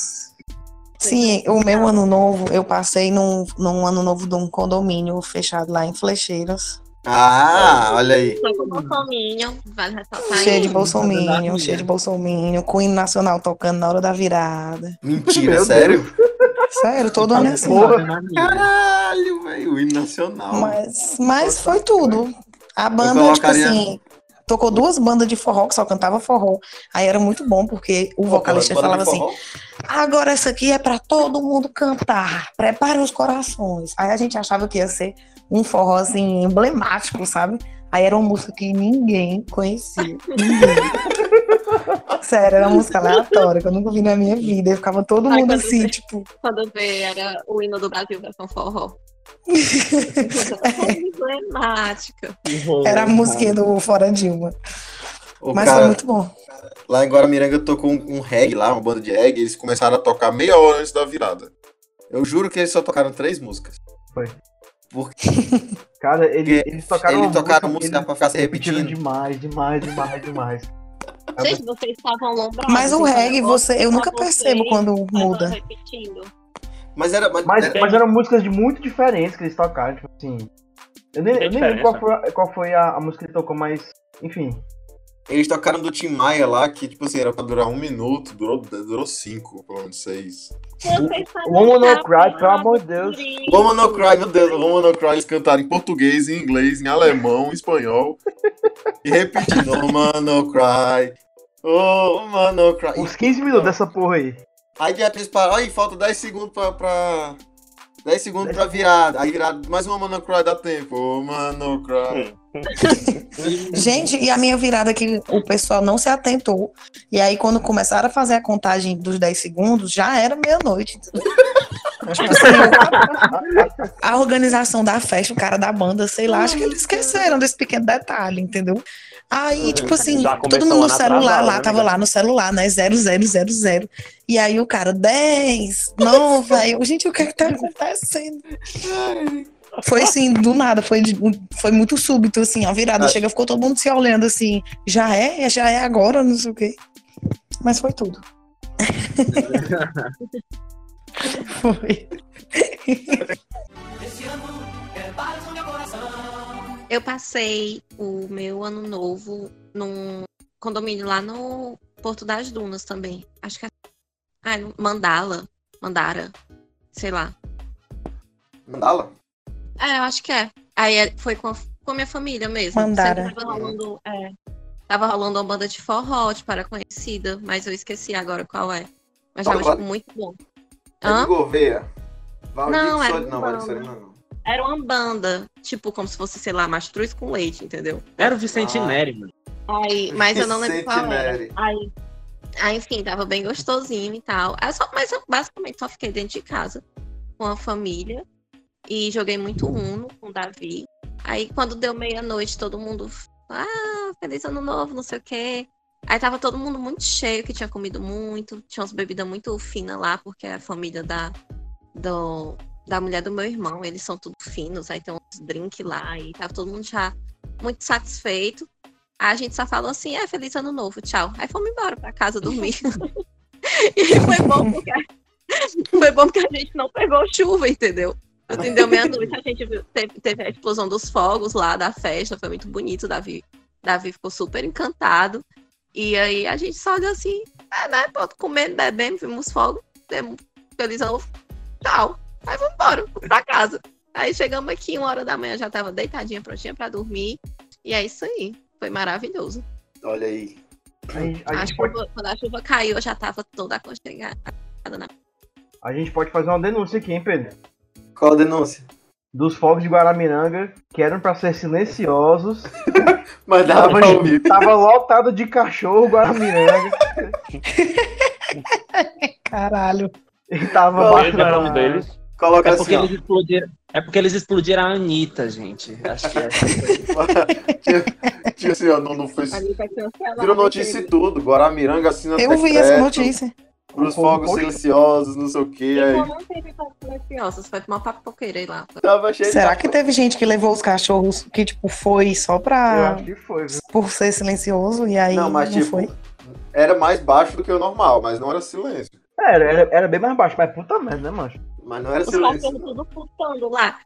[SPEAKER 4] Sim, o meu ano novo, eu passei num, num ano novo de um condomínio fechado lá em Flecheiras.
[SPEAKER 2] Ah, olha aí.
[SPEAKER 3] Só com Bolsominion, vale ressaltar
[SPEAKER 4] cheio é de
[SPEAKER 3] isso.
[SPEAKER 4] bolsominion, cheio de bolsominion, com o hino nacional tocando na hora da virada.
[SPEAKER 2] Mentira,
[SPEAKER 7] Meu
[SPEAKER 2] sério?
[SPEAKER 4] Sério, todo ano é assim.
[SPEAKER 2] Caralho, velho. O hino nacional.
[SPEAKER 4] Mas, mas foi tudo. A banda,
[SPEAKER 2] Eu
[SPEAKER 4] tipo
[SPEAKER 2] colocaria-
[SPEAKER 4] assim, tocou duas bandas de forró que só cantava forró. Aí era muito bom, porque o vocalista
[SPEAKER 2] Banda de
[SPEAKER 4] falava assim:
[SPEAKER 2] forró?
[SPEAKER 4] agora essa aqui é pra todo mundo cantar, preparem os corações. Aí a gente achava que ia ser um forró assim, emblemático, sabe? Aí era uma música que ninguém conhecia.
[SPEAKER 2] [laughs]
[SPEAKER 4] Ninguém. Sério, era uma música aleatória que eu nunca vi na minha vida. E ficava todo
[SPEAKER 3] Ai,
[SPEAKER 4] mundo
[SPEAKER 3] quando
[SPEAKER 4] assim,
[SPEAKER 3] vê.
[SPEAKER 4] tipo,
[SPEAKER 3] Quando vê, era o hino do Brasil versão forró. Coisa emblemática.
[SPEAKER 4] Ah, era a
[SPEAKER 5] né,
[SPEAKER 4] musiquinha do Fora Dilma.
[SPEAKER 2] O
[SPEAKER 4] Mas
[SPEAKER 2] cara,
[SPEAKER 4] foi muito bom.
[SPEAKER 2] lá em Guaramiranga tocou um, um reggae lá, uma banda de reggae, eles começaram a tocar meia hora antes da virada. Eu juro que eles só tocaram três músicas.
[SPEAKER 7] Cara, ele,
[SPEAKER 2] Porque
[SPEAKER 7] eles tocaram
[SPEAKER 2] eles tocaram a
[SPEAKER 7] uma
[SPEAKER 2] música
[SPEAKER 7] eles
[SPEAKER 2] pra ficar se
[SPEAKER 7] repetiram
[SPEAKER 2] repetindo.
[SPEAKER 7] demais, demais,
[SPEAKER 6] [laughs]
[SPEAKER 7] demais, demais.
[SPEAKER 3] Gente, vocês estavam lombrados.
[SPEAKER 4] Mas o
[SPEAKER 3] então
[SPEAKER 4] reggae,
[SPEAKER 3] eu
[SPEAKER 4] você, eu
[SPEAKER 3] só
[SPEAKER 4] nunca
[SPEAKER 3] vocês,
[SPEAKER 4] percebo quando
[SPEAKER 3] tava
[SPEAKER 4] muda.
[SPEAKER 3] repetindo.
[SPEAKER 2] Mas era. Mas,
[SPEAKER 7] Mas,
[SPEAKER 6] É.
[SPEAKER 2] era-
[SPEAKER 7] mas eram músicas de muito diferentes que eles tocaram, tipo assim. Eu nem,
[SPEAKER 6] Tem
[SPEAKER 7] eu nem lembro qual
[SPEAKER 6] diferença.
[SPEAKER 7] foi, a- qual foi a, a música que ele tocou, mas. Enfim.
[SPEAKER 2] eles tocaram do Tim Maia lá, que tipo assim, era pra durar um minuto, durou, durou cinco, pelo menos seis.
[SPEAKER 3] Vocês tá estavam
[SPEAKER 7] Woman No
[SPEAKER 3] lombrados
[SPEAKER 7] Cry, pelo amor de Deus.
[SPEAKER 3] por isso.
[SPEAKER 2] Woman No Cry, meu Deus, Woman No Cry, eles cantaram em português, em inglês, em alemão, em espanhol. E repetindo, [laughs] Woman No Cry. Oh, Woman No Cry.
[SPEAKER 7] Uns 15
[SPEAKER 2] então?
[SPEAKER 7] minutos dessa porra aí.
[SPEAKER 2] Aí de repente parou, aí falta 10 segundos pra. pra... 10 segundos pra virada. Aí virada, mais uma Manocry dá tempo. Ô, Manocry.
[SPEAKER 4] Gente, e a minha virada que o pessoal não se atentou. E aí, quando começaram a fazer a contagem dos 10 segundos, já era meia-noite. [laughs] Tipo assim, a organização da festa, o cara da banda, sei lá, acho que eles esqueceram desse pequeno detalhe, entendeu? Aí, tipo assim,
[SPEAKER 6] Uhum. Já começou
[SPEAKER 4] todo mundo no
[SPEAKER 6] lá
[SPEAKER 4] celular
[SPEAKER 6] atrasado,
[SPEAKER 4] lá,
[SPEAKER 6] né,
[SPEAKER 4] tava
[SPEAKER 6] amiga?
[SPEAKER 4] lá no celular, né? 0000. E aí o cara, 10, 9, aí, eu, gente, o que que tá acontecendo? Foi assim, do nada, foi, de- foi muito súbito, assim, a virada
[SPEAKER 6] É.
[SPEAKER 2] Ah.
[SPEAKER 4] chega, ficou todo mundo se olhando assim, já é, já é agora, não sei o quê. Mas foi tudo. foi.
[SPEAKER 3] Eu passei o meu ano novo num condomínio lá no Porto das Dunas também. Acho que é. Ah, não- Mandala. Mandara. Sei lá.
[SPEAKER 2] Mandala?
[SPEAKER 3] É, eu acho que é. Aí é- foi com a, com a minha família mesmo.
[SPEAKER 4] Mandara.
[SPEAKER 3] Sempre Tava rolando, é, tava rolando uma banda de forró, tipo, era conhecida, mas eu esqueci agora qual é. Mas tava,
[SPEAKER 2] Toca-
[SPEAKER 3] tipo, muito bom. Hã?
[SPEAKER 2] É Gouveia. Valdir
[SPEAKER 3] Não, era
[SPEAKER 2] Soli-
[SPEAKER 3] um
[SPEAKER 2] não, Valdir
[SPEAKER 3] não.
[SPEAKER 2] Solimano não.
[SPEAKER 3] Era uma banda, tipo, como se fosse, sei lá, mastruz com leite, entendeu?
[SPEAKER 5] Era o Vicente
[SPEAKER 2] Ah.
[SPEAKER 5] Neri, mano.
[SPEAKER 3] Aí, mas eu não lembro qual
[SPEAKER 2] Vicente
[SPEAKER 3] era.
[SPEAKER 2] Neri.
[SPEAKER 3] Aí, aí, enfim, tava bem gostosinho e tal. Aí só, mas eu basicamente só fiquei dentro de casa com a família e joguei muito Uno com o Davi. Aí quando deu meia-noite, todo mundo, ah, feliz ano novo, não sei o quê. Aí tava todo mundo muito cheio, que tinha comido muito, tinha umas bebidas muito finas lá, porque é a família da, do, da mulher do meu irmão, eles são tudo finos, aí tem uns drinks lá, e tava todo mundo já muito satisfeito. Aí a gente só falou assim, é, feliz ano novo, tchau. Aí fomos embora pra casa dormir. [laughs] e foi bom porque foi bom porque a gente não pegou chuva, entendeu? Entendeu? Meia-noite a gente viu- teve, teve a explosão dos fogos lá da festa, foi muito bonito, Davi. Davi ficou super encantado. E aí a gente só olhou assim, é, né? pô, Comendo, bebendo, vimos fogos, demos feliz ano novo, tchau. Aí vamos embora, fomos pra casa. Aí chegamos aqui, uma hora da manhã, já tava deitadinha, prontinha pra dormir. E é isso aí. Foi maravilhoso.
[SPEAKER 2] Olha aí.
[SPEAKER 7] A gente, a
[SPEAKER 3] A
[SPEAKER 7] gente pode.
[SPEAKER 3] chuva, quando a chuva caiu, eu já tava toda aconchegada na
[SPEAKER 7] A gente pode fazer uma denúncia aqui, hein, Pedro?
[SPEAKER 2] Qual a denúncia?
[SPEAKER 7] Dos fogos de Guaramiranga, que eram pra ser silenciosos.
[SPEAKER 2] Mas dava
[SPEAKER 7] Tava,
[SPEAKER 2] pra ouvir.
[SPEAKER 7] tava lotado de cachorro Guaramiranga.
[SPEAKER 4] Caralho.
[SPEAKER 7] E tava
[SPEAKER 2] Qual
[SPEAKER 7] batendo.
[SPEAKER 6] Pedro era um deles.
[SPEAKER 2] Coloca
[SPEAKER 5] É porque,
[SPEAKER 2] assim, ó. [laughs]
[SPEAKER 5] eles explodiram, é porque eles explodiram a Anitta, gente. Acho
[SPEAKER 2] [laughs]
[SPEAKER 5] que é.
[SPEAKER 2] Tinha- Tinha assim, ó, no, no Facebook.
[SPEAKER 3] Ali tá vai cancelar.
[SPEAKER 2] Virou notícia e tudo. Guaramiranga assina
[SPEAKER 4] Eu vi essa notícia.
[SPEAKER 2] Os fogos
[SPEAKER 7] Poxa.
[SPEAKER 2] silenciosos, não sei o que.
[SPEAKER 3] Não,
[SPEAKER 2] Aí
[SPEAKER 3] não teve fogo silencioso, foi uma papoqueira lá.
[SPEAKER 2] tava cheio
[SPEAKER 4] Será
[SPEAKER 2] de...
[SPEAKER 4] que tá teve gente que levou os cachorros que, tipo, foi só
[SPEAKER 7] Ah, Eu
[SPEAKER 4] pra.
[SPEAKER 7] acho que foi, viu?
[SPEAKER 4] por ser silencioso e aí.
[SPEAKER 2] Não,
[SPEAKER 4] Não,
[SPEAKER 2] mas tipo,
[SPEAKER 4] foi.
[SPEAKER 2] era mais baixo do que o normal, mas não era silêncio.
[SPEAKER 7] É, Era, era, era bem mais baixo, mas puta merda, né, mancho?
[SPEAKER 2] Mas não era
[SPEAKER 3] Os cachorros
[SPEAKER 2] silêncio.
[SPEAKER 3] tudo putando lá.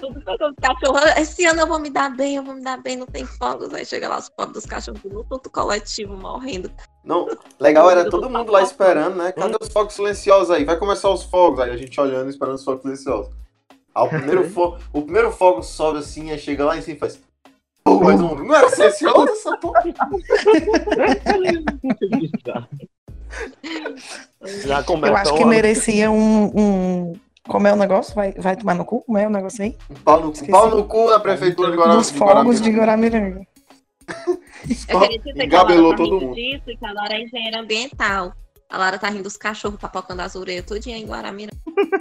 [SPEAKER 3] tudo pegando cachorro. Esse ano eu vou me dar bem, eu vou me dar bem, não tem fogos. Aí chega lá os pobres dos cachorros no tudo coletivo, morrendo.
[SPEAKER 2] Não, legal era todo mundo lá esperando, né? Cadê os fogos silenciosos aí? Vai começar os fogos. Aí a gente olhando, esperando os fogos silenciosos.
[SPEAKER 4] [laughs]
[SPEAKER 2] Aí o primeiro, fo... o primeiro fogo sobe assim, aí chega lá em cima e faz... Pô, mas não, não era silencioso essa porra?
[SPEAKER 6] Já começa
[SPEAKER 4] Eu acho que
[SPEAKER 6] uma-
[SPEAKER 4] merecia um. um... Como é o negócio? Vai, vai tomar no cu? Como é o negócio aí?
[SPEAKER 2] Um pau no, cu-
[SPEAKER 4] Esqueci.
[SPEAKER 2] pau no cu da prefeitura de Guarani.
[SPEAKER 4] Dos fogos de Guaramiranga.
[SPEAKER 3] Eu queria dizer que a
[SPEAKER 2] Engabelou
[SPEAKER 3] Lara tá
[SPEAKER 2] todo
[SPEAKER 3] rindo
[SPEAKER 2] mundo.
[SPEAKER 3] disso e que a Lara é engenheira ambiental. A Lara tá rindo dos cachorros papocando as orelhas tudinha em Guaramira.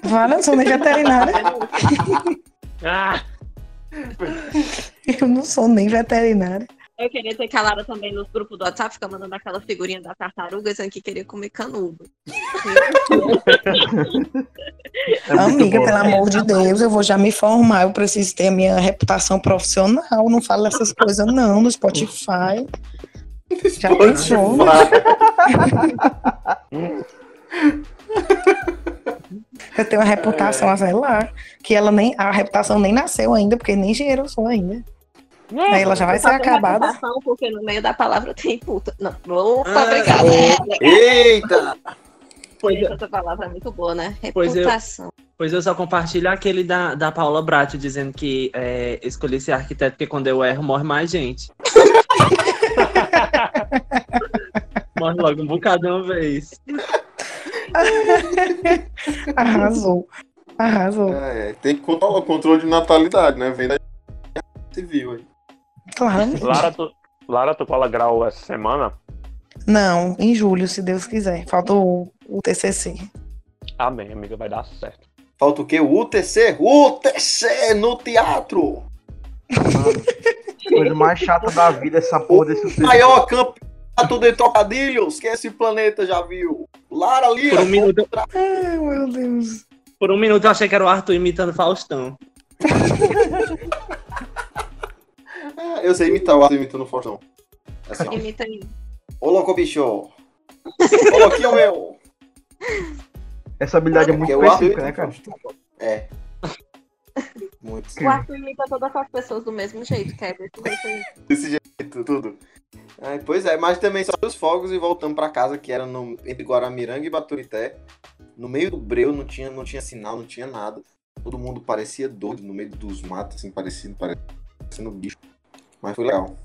[SPEAKER 4] Vale, eu sou nem veterinária.
[SPEAKER 6] Ah,
[SPEAKER 4] Eu não sou nem veterinária.
[SPEAKER 3] Eu queria dizer que a Lara também nos grupos do WhatsApp fica mandando aquela figurinha da tartaruga dizendo que queria comer canudo.
[SPEAKER 7] É muito
[SPEAKER 4] Amiga,
[SPEAKER 7] bom.
[SPEAKER 4] pelo amor de Deus, eu vou já me formar. Eu preciso ter a minha reputação profissional. Não falo essas coisas, não, no Spotify. Já né? pensou? Eu tenho uma reputação a zelar. Que ela nem. A reputação nem nasceu ainda, porque nem engenheiro eu sou ainda. Aí ela já vai ser
[SPEAKER 3] Só tem
[SPEAKER 4] é acabada.
[SPEAKER 3] reputação, Porque no meio da palavra tem puta. Não, opa, obrigada.
[SPEAKER 2] Eita!
[SPEAKER 5] Pois é.
[SPEAKER 3] Essa palavra é muito boa, né?
[SPEAKER 5] Pois é.
[SPEAKER 3] Reputação.
[SPEAKER 5] Pois eu só compartilho aquele da, da Paula Bracho dizendo que é, escolhi ser arquiteto porque quando eu erro morre
[SPEAKER 4] [laughs]
[SPEAKER 5] mais gente. morre logo um bocado de uma vez.
[SPEAKER 4] Arrasou. Arrasou.
[SPEAKER 2] É, tem que controlar o controle de natalidade, né? Vem da civil aí.
[SPEAKER 4] Claro.
[SPEAKER 6] Lara, tu, Lara, tu cola grau essa semana?
[SPEAKER 4] Não, em julho, se Deus quiser. Falta o, o TCC.
[SPEAKER 6] Amém, amiga, vai dar certo.
[SPEAKER 2] Falta o quê? O UTC? UTC no teatro!
[SPEAKER 7] Coisa mais chata da vida, essa porra desse
[SPEAKER 2] O maior campeonato de trocadilhos que esse planeta já viu. Lara
[SPEAKER 5] Por um
[SPEAKER 2] Lira,
[SPEAKER 5] minuto,
[SPEAKER 4] Ai, meu Deus.
[SPEAKER 5] por um minuto eu achei que era o Arthur imitando Faustão.
[SPEAKER 2] Ah, eu sei imitar o Arthur imitando o Faustão. É Assim, ó.
[SPEAKER 3] Imita aí.
[SPEAKER 2] Ô louco, bicho! Ô louquinho
[SPEAKER 7] [laughs]
[SPEAKER 2] meu!
[SPEAKER 7] Essa habilidade é muito
[SPEAKER 2] Porque o Arthur
[SPEAKER 7] específica, né,
[SPEAKER 2] imita o
[SPEAKER 7] cara?
[SPEAKER 2] Faustão. É. Muito.
[SPEAKER 3] O Arthur imita todas as pessoas do mesmo jeito, Kevin.
[SPEAKER 2] Desse jeito, tudo. Ai, pois é, mas também só os fogos e voltamos pra casa, que era no, entre Guaramiranga e Baturité. No meio do breu, não tinha, não tinha sinal, não tinha nada. Todo mundo parecia doido no meio dos matos, assim, parecendo, parecendo bicho. Mas foi legal.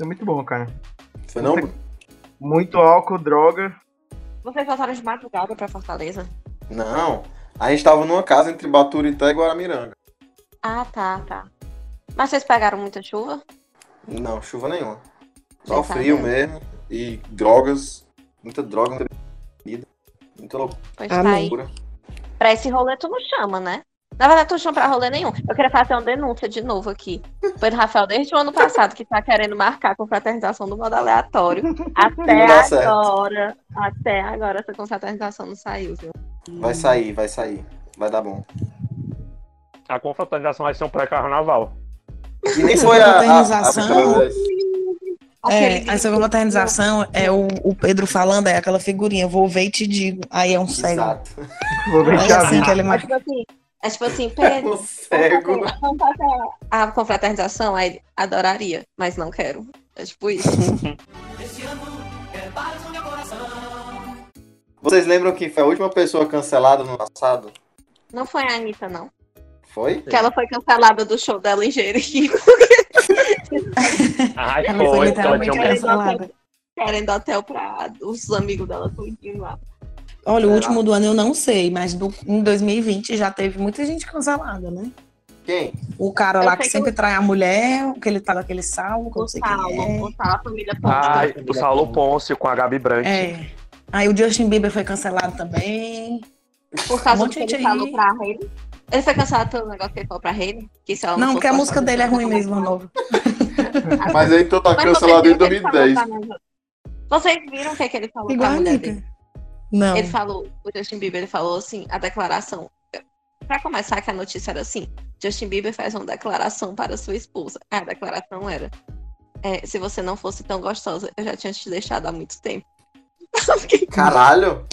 [SPEAKER 7] É muito bom, cara.
[SPEAKER 2] Foi não?
[SPEAKER 7] Muito álcool, droga.
[SPEAKER 3] Vocês voltaram de madrugada pra Fortaleza?
[SPEAKER 2] Não. A gente tava numa casa entre Baturité e Guaramiranga.
[SPEAKER 3] Ah, tá, tá. Mas vocês pegaram muita chuva?
[SPEAKER 2] Não, chuva nenhuma. Só
[SPEAKER 3] Você tá
[SPEAKER 2] frio
[SPEAKER 3] vendo?
[SPEAKER 2] mesmo. E drogas. Muita droga, muita bebida. Muita loucura.
[SPEAKER 3] Pois
[SPEAKER 9] Ah,
[SPEAKER 3] tá aí. Pra esse rolê tu não chama, né? Na verdade, tu não chama pra rolê nenhum. Eu queria fazer uma denúncia de novo aqui. Foi do Rafael desde o ano passado que tá querendo marcar com fraternização do
[SPEAKER 2] [laughs]
[SPEAKER 3] modo aleatório. Até
[SPEAKER 2] não dá certo.
[SPEAKER 3] agora. Até agora essa confraternização não saiu, viu?
[SPEAKER 2] Vai sair, vai sair. Vai dar bom.
[SPEAKER 3] [laughs]
[SPEAKER 6] A confraternização vai ser um pré-carnaval.
[SPEAKER 2] E nem
[SPEAKER 4] Essa
[SPEAKER 2] foi a, a,
[SPEAKER 4] fraternização.
[SPEAKER 2] a-
[SPEAKER 4] É, aí sobre fraternização, é o, o Pedro falando, é aquela figurinha, vou ver e te digo. Aí é um cego.
[SPEAKER 2] Exato.
[SPEAKER 7] Vou ver
[SPEAKER 4] É
[SPEAKER 7] já vi.
[SPEAKER 4] assim que ele
[SPEAKER 3] É
[SPEAKER 4] marca.
[SPEAKER 3] tipo assim, é tipo assim, Pedro,
[SPEAKER 2] O [laughs] cego.
[SPEAKER 3] vamos fazer a confraternização? Aí ele, adoraria, mas não quero. É
[SPEAKER 2] [laughs]
[SPEAKER 3] tipo isso.
[SPEAKER 2] Vocês lembram quem foi a última pessoa cancelada no passado?
[SPEAKER 3] Não foi a Anitta, não.
[SPEAKER 2] Foi?
[SPEAKER 3] Que ela foi cancelada do show dela em Jerico.
[SPEAKER 6] Ai,
[SPEAKER 4] Ela É, foi um
[SPEAKER 6] foi, porque ela tinha
[SPEAKER 4] literalmente
[SPEAKER 6] um
[SPEAKER 3] cancelada.
[SPEAKER 4] cancelada.
[SPEAKER 3] Querendo hotel pra os amigos dela tudinho lá.
[SPEAKER 4] Olha, o último do ano eu não sei, mas do- em 2020 já teve muita gente cancelada, né?
[SPEAKER 2] Quem?
[SPEAKER 4] O cara
[SPEAKER 3] Eu
[SPEAKER 4] lá
[SPEAKER 3] sei
[SPEAKER 4] que
[SPEAKER 3] que
[SPEAKER 4] sempre trai a mulher, que ele tá naquele salvo, que é. eu
[SPEAKER 3] O
[SPEAKER 4] não sei quem
[SPEAKER 3] Saulo, o Saulo, a família
[SPEAKER 6] Ah,
[SPEAKER 3] Ponte.
[SPEAKER 6] o Saulo Pôncio com a Gabi Brandt.
[SPEAKER 4] é. É. Aí o Justin Bieber foi cancelado também.
[SPEAKER 3] Por
[SPEAKER 4] um
[SPEAKER 3] causa do
[SPEAKER 4] monte
[SPEAKER 3] que
[SPEAKER 4] de
[SPEAKER 3] ele
[SPEAKER 4] gente
[SPEAKER 3] falou
[SPEAKER 4] aí.
[SPEAKER 3] pra Hayley. Ele foi cancelado pelo negócio que ele falou pra Hayley. Que se ela
[SPEAKER 4] Não,
[SPEAKER 3] fosse
[SPEAKER 4] porque a
[SPEAKER 3] gostar
[SPEAKER 4] música dele é ruim mesmo, a nova.
[SPEAKER 10] Mas aí então tá
[SPEAKER 3] Mas
[SPEAKER 10] cancelado
[SPEAKER 3] vocês
[SPEAKER 10] em
[SPEAKER 3] viram o que ele
[SPEAKER 10] 2010.
[SPEAKER 3] falou pra mulher? Vocês viram o que, é que ele falou
[SPEAKER 4] Igual
[SPEAKER 3] pra
[SPEAKER 4] a
[SPEAKER 3] mulher
[SPEAKER 4] Anitta.
[SPEAKER 3] dele?
[SPEAKER 4] Não.
[SPEAKER 3] Ele falou, o Justin Bieber, ele falou assim, a declaração. Pra começar, que a notícia era assim: Justin Bieber faz uma declaração para sua esposa. Ah, A declaração era: é, se você não fosse tão gostosa, eu já tinha te deixado há muito tempo. [laughs] Eu fiquei,
[SPEAKER 2] Caralho!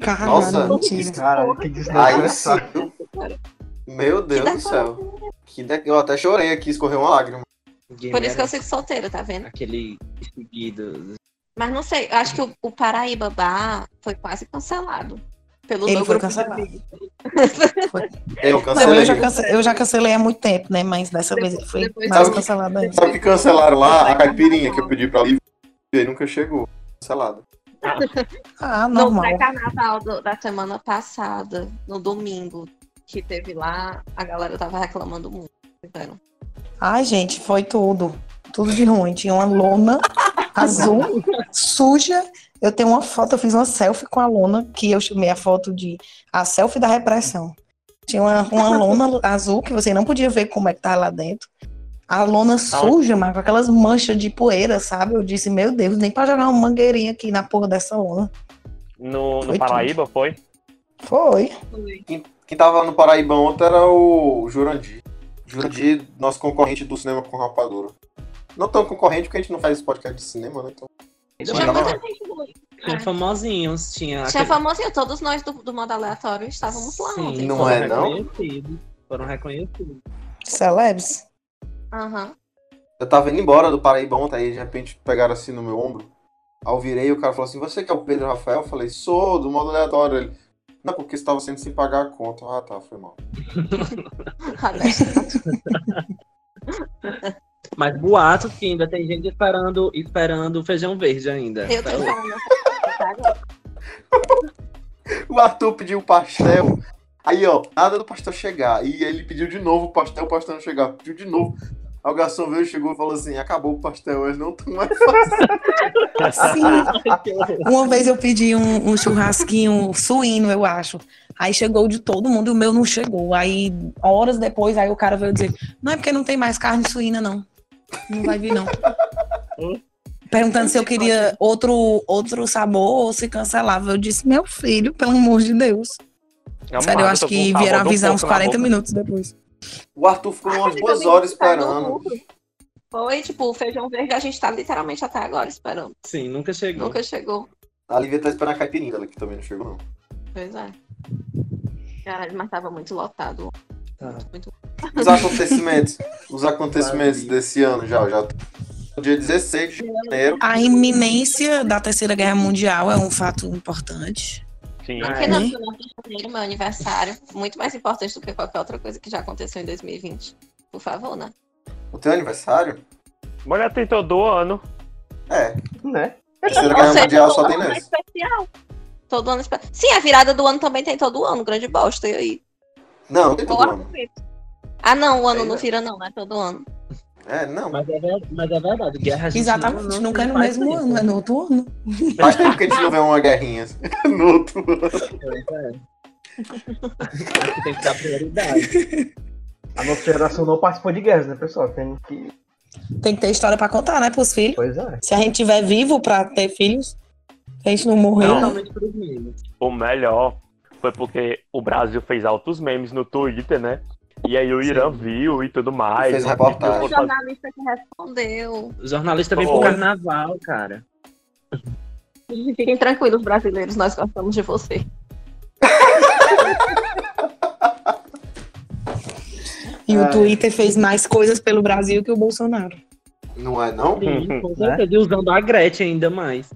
[SPEAKER 4] Caralho,
[SPEAKER 2] Nossa.
[SPEAKER 4] mentira.
[SPEAKER 7] Cara, que
[SPEAKER 2] Aí
[SPEAKER 7] desnecessário.
[SPEAKER 2] sim. Meu Deus do céu. Que de... Eu até chorei aqui, escorreu uma lágrima.
[SPEAKER 3] Por isso que eu fico solteira, tá vendo?
[SPEAKER 5] Aquele seguido.
[SPEAKER 3] Mas não sei, eu acho que o, o Paraíba Bar foi quase cancelado. Pelo
[SPEAKER 4] Ele
[SPEAKER 3] meu
[SPEAKER 4] foi
[SPEAKER 3] grupo de
[SPEAKER 4] cancelado.
[SPEAKER 3] amigos.
[SPEAKER 2] Eu
[SPEAKER 4] Não,
[SPEAKER 2] cancelei.
[SPEAKER 4] eu já, cance- eu já cancelei há muito tempo, né? Mas dessa vez ele foi
[SPEAKER 3] depois-
[SPEAKER 4] mais
[SPEAKER 2] Sabe-
[SPEAKER 4] cancelado ainda.
[SPEAKER 10] Sabe o que cancelaram lá? A caipirinha que eu pedi pra Lívia e nunca chegou. Cancelada.
[SPEAKER 4] Ah,
[SPEAKER 3] No
[SPEAKER 4] normal.
[SPEAKER 3] pré-carnaval do- da semana passada, no domingo, que teve lá, a galera tava reclamando muito. Então,
[SPEAKER 4] Ai, gente, foi tudo. Tudo de ruim. Tinha uma lona azul, suja. Eu tenho uma foto, eu fiz uma selfie com a lona, que eu chamei a foto de a selfie da repressão. Tinha uma, uma lona azul que você não podia ver como é que tá lá dentro. A lona suja, mas com aquelas manchas de poeira, sabe? Eu disse, meu Deus, nem pra jogar uma mangueirinha aqui na porra dessa lona.
[SPEAKER 6] No, no
[SPEAKER 4] Foi
[SPEAKER 6] Paraíba, foi?
[SPEAKER 4] Foi.
[SPEAKER 2] Quem tava no Paraíba ontem era o Jurandir. Jurandir, nosso concorrente do cinema com rapadura. Não tão concorrente, porque a gente não faz podcast de cinema, né? Então,
[SPEAKER 5] Tinha,
[SPEAKER 2] Mas é. Ah,
[SPEAKER 3] tinha
[SPEAKER 2] tava
[SPEAKER 3] muita
[SPEAKER 2] lá.
[SPEAKER 3] gente ruim.
[SPEAKER 5] tinha famosinhos, tinha.
[SPEAKER 3] Tinha famosinho, todos nós do, do modo aleatório estávamos lá
[SPEAKER 5] Sim,
[SPEAKER 3] ontem.
[SPEAKER 2] Não
[SPEAKER 5] foram
[SPEAKER 2] é, não?
[SPEAKER 5] reconhecidos, Foram reconhecidos.
[SPEAKER 4] Celebs.
[SPEAKER 3] Aham.
[SPEAKER 2] eu tava indo embora do Paraíba ontem, aí de repente pegaram assim no meu ombro. Aí eu virei e o cara falou assim: Você que é o Pedro Rafael? Eu falei: Sou, do modo aleatório. Ele: Não, porque você tava sendo sem pagar a conta. Ah, tá, foi mal.
[SPEAKER 5] Mas boato que ainda tem gente esperando, esperando o feijão verde ainda. Tá
[SPEAKER 3] Eu tô
[SPEAKER 2] Tá
[SPEAKER 5] Até hoje.
[SPEAKER 3] falando.
[SPEAKER 2] O Arthur pediu pastel. Aí, ó, nada do pastel chegar. E aí ele pediu de novo o pastel, o pastel não chegar. Pediu de novo. Aí o garçom veio, chegou e falou assim: acabou o pastel, hoje não tem mais fácil.
[SPEAKER 4] Sim,
[SPEAKER 5] [laughs]
[SPEAKER 4] Uma vez eu pedi um, um churrasquinho suíno, eu acho. Aí chegou de todo mundo e o meu não chegou. Aí, horas depois, aí o cara veio dizer: Não é porque não tem mais carne suína, não. Não vai vir, não. Perguntando se eu queria outro, outro sabor ou se cancelava. Eu disse: Meu filho, pelo amor de Deus.
[SPEAKER 6] É
[SPEAKER 4] Sério, eu acho que vieram
[SPEAKER 6] um
[SPEAKER 4] avisar uns 40 minutos depois.
[SPEAKER 2] O Arthur ficou umas duas horas
[SPEAKER 3] tá
[SPEAKER 2] esperando.
[SPEAKER 3] Foi, tipo, o feijão verde, a gente tá literalmente até agora esperando.
[SPEAKER 5] Sim, nunca chegou.
[SPEAKER 3] Nunca chegou.
[SPEAKER 2] A Lívia tá esperando a caipirinha dela, que também não chegou, não.
[SPEAKER 3] Pois é. Caralho, mas tava muito lotado.
[SPEAKER 5] Tá.
[SPEAKER 3] Muito...
[SPEAKER 2] Os acontecimentos. os acontecimentos desse ano já, já. Dia 16 de janeiro.
[SPEAKER 4] A iminência da Terceira Guerra Mundial é um fato importante.
[SPEAKER 6] Sim.
[SPEAKER 3] Porque no final de janeiro, meu aniversário, muito mais importante do que qualquer outra coisa que já aconteceu em 2020. Por favor, né?
[SPEAKER 2] O teu aniversário?
[SPEAKER 6] Mulher tem todo ano.
[SPEAKER 2] É.
[SPEAKER 7] Né?
[SPEAKER 2] Terceira
[SPEAKER 3] Ou
[SPEAKER 2] Guerra
[SPEAKER 3] seja,
[SPEAKER 2] um Mundial só
[SPEAKER 3] todo
[SPEAKER 2] tem
[SPEAKER 3] ano é
[SPEAKER 2] nessa.
[SPEAKER 3] especial. Todo ano é especial. Sim, a virada do ano também tem todo ano, grande bosta. E aí?
[SPEAKER 2] Não, não tem todo
[SPEAKER 3] Bora
[SPEAKER 2] ano. né?
[SPEAKER 3] comer. Ah, não, o ano
[SPEAKER 2] Aí
[SPEAKER 3] não
[SPEAKER 2] não.
[SPEAKER 3] vira, não, é todo ano.
[SPEAKER 2] É, não.
[SPEAKER 5] Mas é, ver- mas é verdade, guerra a gente
[SPEAKER 4] Exatamente,
[SPEAKER 5] não- não-
[SPEAKER 4] nunca é no
[SPEAKER 5] não faz
[SPEAKER 4] mesmo
[SPEAKER 5] isso.
[SPEAKER 4] ano, é no outro ano.
[SPEAKER 2] Faz tempo que a gente não vê uma guerrinha [laughs] assim, no outro ano.
[SPEAKER 5] Pois é. Acho que tem que dar prioridade.
[SPEAKER 7] A nossa geração não participou de guerras, né, pessoal? Tem que.
[SPEAKER 4] Tem que ter história pra contar, né, pros filhos.
[SPEAKER 7] Pois é.
[SPEAKER 4] Se a gente tiver vivo pra ter filhos, se a gente [laughs] não morrer,
[SPEAKER 6] Não.
[SPEAKER 4] não.
[SPEAKER 5] Principalmente pros meninos.
[SPEAKER 6] O melhor foi porque o Brasil fez altos memes no Twitter, né? E aí o Irã viu e tudo mais. né?
[SPEAKER 2] Fez
[SPEAKER 6] E
[SPEAKER 2] reportagem.
[SPEAKER 6] eu
[SPEAKER 3] O
[SPEAKER 6] vou fazer-
[SPEAKER 3] jornalista que respondeu.
[SPEAKER 5] O jornalista vem pro
[SPEAKER 6] Foi.
[SPEAKER 5] carnaval,
[SPEAKER 2] [laughs]
[SPEAKER 5] cara.
[SPEAKER 3] Fiquem tranquilos, brasileiros, nós gostamos de você.
[SPEAKER 4] E
[SPEAKER 5] É.
[SPEAKER 4] o Twitter fez mais coisas pelo Brasil que o Bolsonaro.
[SPEAKER 2] Não é, não?
[SPEAKER 5] Sim, com certeza. E usando a Gretchen ainda mais.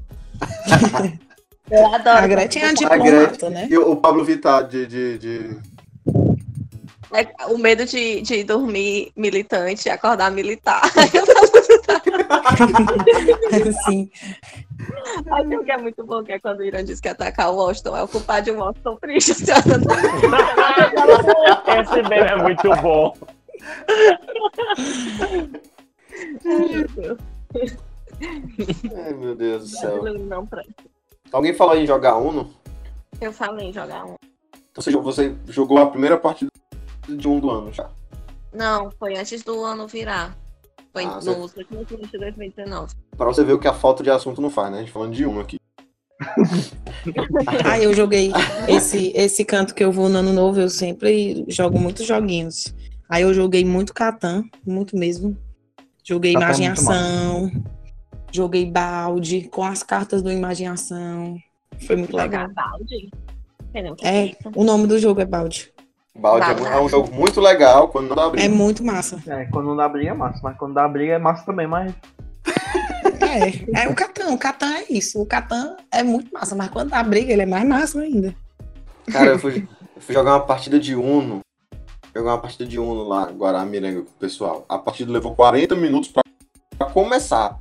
[SPEAKER 3] Eu adoro.
[SPEAKER 4] A Gretchen é a
[SPEAKER 2] A
[SPEAKER 4] diplomata,
[SPEAKER 2] Gretchen
[SPEAKER 4] né? [laughs]
[SPEAKER 2] e o o Pablo Vittar de, de, de-
[SPEAKER 3] [laughs] É, o medo de, de dormir militante e acordar militar.
[SPEAKER 11] Sim.
[SPEAKER 3] Acho que é muito bom que é quando o Irã diz que atacar o Washington é o culpado de um Washington [laughs] triste.
[SPEAKER 6] Esse meme é muito bom.
[SPEAKER 2] Ai, meu Deus do céu.
[SPEAKER 3] Não, pra-
[SPEAKER 2] Alguém falou em jogar Uno?
[SPEAKER 3] eu falei em jogar um.
[SPEAKER 2] Então você, jogou- você jogou a primeira partida de um do ano já.
[SPEAKER 3] Não, foi antes do ano virar. Foi
[SPEAKER 2] Ah,
[SPEAKER 3] no último trimestre de 2019.
[SPEAKER 2] Pra você ver o que a falta de assunto não faz, né? A gente falando de um aqui.
[SPEAKER 4] Ah, eu joguei esse, esse canto que eu vou no ano novo, eu sempre jogo muitos joguinhos. Aí eu joguei muito Catan, muito mesmo. Joguei
[SPEAKER 5] Catan é muito
[SPEAKER 4] Imaginação, joguei balde com as cartas do Imaginação. Foi muito legal.
[SPEAKER 3] Jogar balde. Entendeu?
[SPEAKER 4] É, o nome do jogo é balde.
[SPEAKER 2] Balde é mu- é um jogo muito legal quando não dá
[SPEAKER 4] É
[SPEAKER 2] briga.
[SPEAKER 4] muito massa.
[SPEAKER 7] É, quando não dá briga é massa, mas quando dá briga é massa também, mas
[SPEAKER 4] É, é o Catan, o Catan é isso. O Catan é muito massa, mas quando dá briga, ele é mais massa ainda.
[SPEAKER 2] Cara, eu fui, eu fui jogar uma partida de Uno. Jogar uma partida de Uno lá, Guaramiranga, com o pessoal. A partida levou 40 minutos pra, pra começar.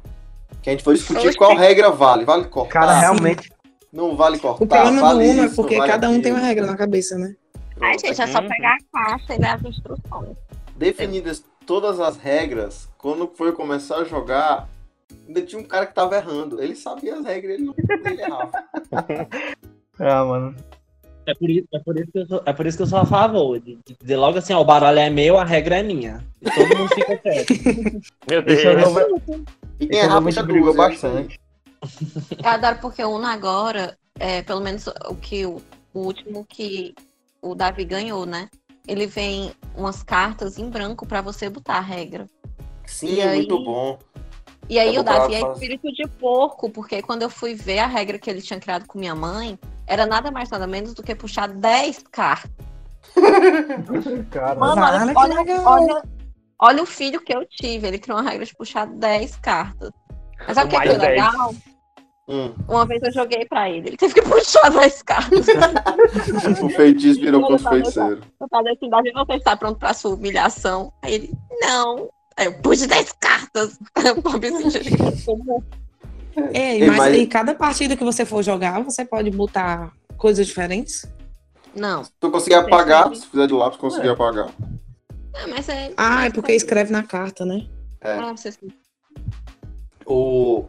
[SPEAKER 2] Que a gente foi discutir
[SPEAKER 3] Oxi.
[SPEAKER 2] qual regra vale. Vale
[SPEAKER 7] o cara
[SPEAKER 4] Ah,
[SPEAKER 2] cortar?
[SPEAKER 7] realmente.
[SPEAKER 2] Não vale cortar?
[SPEAKER 4] O problema
[SPEAKER 2] vale
[SPEAKER 4] do Uno é
[SPEAKER 2] Tá, isso,
[SPEAKER 4] porque
[SPEAKER 2] vale
[SPEAKER 4] cada um tem uma
[SPEAKER 2] aquilo.
[SPEAKER 4] regra na cabeça, né?
[SPEAKER 3] Ai, gente, é só
[SPEAKER 6] Uhum.
[SPEAKER 3] pegar a carta e ler as instruções.
[SPEAKER 2] definidas todas as regras, quando foi começar a jogar, ainda tinha um cara que tava errando. Ele sabia as regras, ele não ele errava.
[SPEAKER 7] Ah, mano.
[SPEAKER 5] É por, isso, é, por isso que eu sou, é por isso que eu sou a favor. De de dizer logo assim, ó, o baralho é meu, a regra é minha. E todo mundo fica quieto. [laughs]
[SPEAKER 6] Meu Deus.
[SPEAKER 7] Esse é o jogo
[SPEAKER 2] E quem
[SPEAKER 7] esse é o
[SPEAKER 2] errava
[SPEAKER 7] jogo
[SPEAKER 2] já né?
[SPEAKER 7] que brigou
[SPEAKER 2] duas, eu achei.
[SPEAKER 7] bastante.
[SPEAKER 3] Eu adoro porque o Uno agora, é, pelo menos o que o, o último que o Davi ganhou, né? Ele vem umas cartas em branco pra você botar a regra.
[SPEAKER 2] Sim,
[SPEAKER 3] E aí?
[SPEAKER 2] muito bom.
[SPEAKER 3] E aí
[SPEAKER 2] Eu vou
[SPEAKER 3] o Davi
[SPEAKER 2] pra-
[SPEAKER 3] é
[SPEAKER 2] pra-
[SPEAKER 3] espírito de porco, porque quando eu fui ver a regra que ele tinha criado com minha mãe, era nada mais nada menos do que puxar 10 cartas.
[SPEAKER 7] Cara,
[SPEAKER 3] Mano, olha,
[SPEAKER 4] Cara, que
[SPEAKER 3] olha,
[SPEAKER 4] legal.
[SPEAKER 3] olha, olha o filho que eu tive. Ele criou uma regra de puxar 10 cartas. Mas sabe o que
[SPEAKER 6] Mais
[SPEAKER 3] que é
[SPEAKER 6] 10.
[SPEAKER 3] legal?
[SPEAKER 2] Hum,
[SPEAKER 3] Uma vez eu joguei pra ele. Ele teve que [laughs] puxar 10 cartas.
[SPEAKER 2] [laughs] o feitiço virou
[SPEAKER 3] Olha,
[SPEAKER 2] contra o
[SPEAKER 3] valeu,
[SPEAKER 2] feiticeiro.
[SPEAKER 3] Eu falei assim, Davi, você está pronto pra sua humilhação? Aí ele, não. Aí eu puxei 10 cartas. [laughs] O pobrezinho já ficou muito.
[SPEAKER 4] É,
[SPEAKER 2] Ei,
[SPEAKER 4] mas,
[SPEAKER 2] mas-
[SPEAKER 4] em cada partida que você for jogar, você pode botar coisas diferentes?
[SPEAKER 3] Não.
[SPEAKER 2] Se tu conseguir apagar, se fizer de lápis, conseguir
[SPEAKER 7] É.
[SPEAKER 2] apagar.
[SPEAKER 3] Ah, mas é.
[SPEAKER 4] Ah, é porque escreve na carta, né?
[SPEAKER 2] É.
[SPEAKER 3] Ah, você-
[SPEAKER 2] O...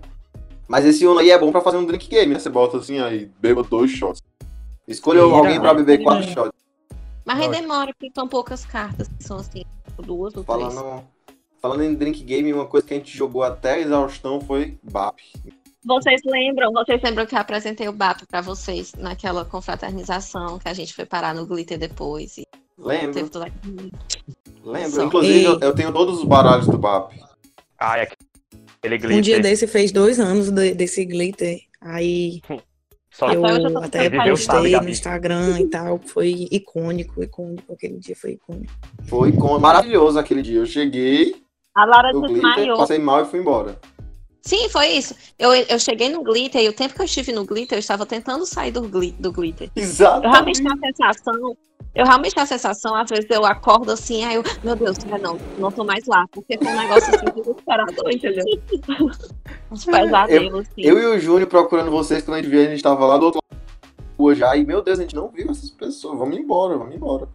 [SPEAKER 2] Mas esse Uno aí é bom pra fazer um drink game, né? Você bota assim, aí beba dois shots. Escolheu
[SPEAKER 5] Eita,
[SPEAKER 2] alguém pra beber quatro
[SPEAKER 4] Hum.
[SPEAKER 2] shots.
[SPEAKER 3] Mas aí
[SPEAKER 7] Lógico.
[SPEAKER 3] demora, porque são poucas cartas, que são assim, duas ou três.
[SPEAKER 2] Falando, falando em drink game, uma coisa que a gente jogou até a exaustão foi BAP.
[SPEAKER 3] Vocês lembram? Vocês lembram que eu apresentei o BAP pra vocês naquela confraternização que a gente foi parar no Glitter depois e
[SPEAKER 2] Lembra?
[SPEAKER 3] teve toda
[SPEAKER 2] Lembro.
[SPEAKER 3] Só.
[SPEAKER 2] Inclusive, eu,
[SPEAKER 4] Ei.
[SPEAKER 2] eu tenho todos os baralhos do BAP.
[SPEAKER 6] Ai, aquele glitter.
[SPEAKER 4] Um dia desse fez dois anos de- desse glitter. Aí
[SPEAKER 6] Só
[SPEAKER 4] eu
[SPEAKER 3] hoje eu tô
[SPEAKER 4] até
[SPEAKER 3] tentando
[SPEAKER 6] Viveu, sabe,
[SPEAKER 4] postei
[SPEAKER 6] Gabi?
[SPEAKER 4] no Instagram e tal. Foi icônico, icônico. Aquele dia foi icônico.
[SPEAKER 2] Foi com- maravilhoso aquele dia. Eu cheguei
[SPEAKER 3] A Lara
[SPEAKER 2] no glitter,
[SPEAKER 3] desmaiou.
[SPEAKER 2] passei mal e fui embora.
[SPEAKER 3] Sim, foi isso. Eu, eu cheguei no Glitter e o tempo que eu estive no Glitter, eu estava tentando sair do, gli do Glitter. Eu realmente
[SPEAKER 2] Exatamente.
[SPEAKER 3] tenho a sensação. Eu realmente tenho a sensação, às vezes eu acordo assim, aí eu, meu Deus, não, é não, não tô mais lá, porque foi um negócio assim desesperador,
[SPEAKER 2] [laughs]
[SPEAKER 3] entendeu? Uns pesadelos, assim.
[SPEAKER 2] Eu e o Júnior procurando vocês quando a gente veio, a gente tava lá do outro lado da rua já. E meu Deus, a gente não viu essas pessoas. Vamos embora, vamos embora.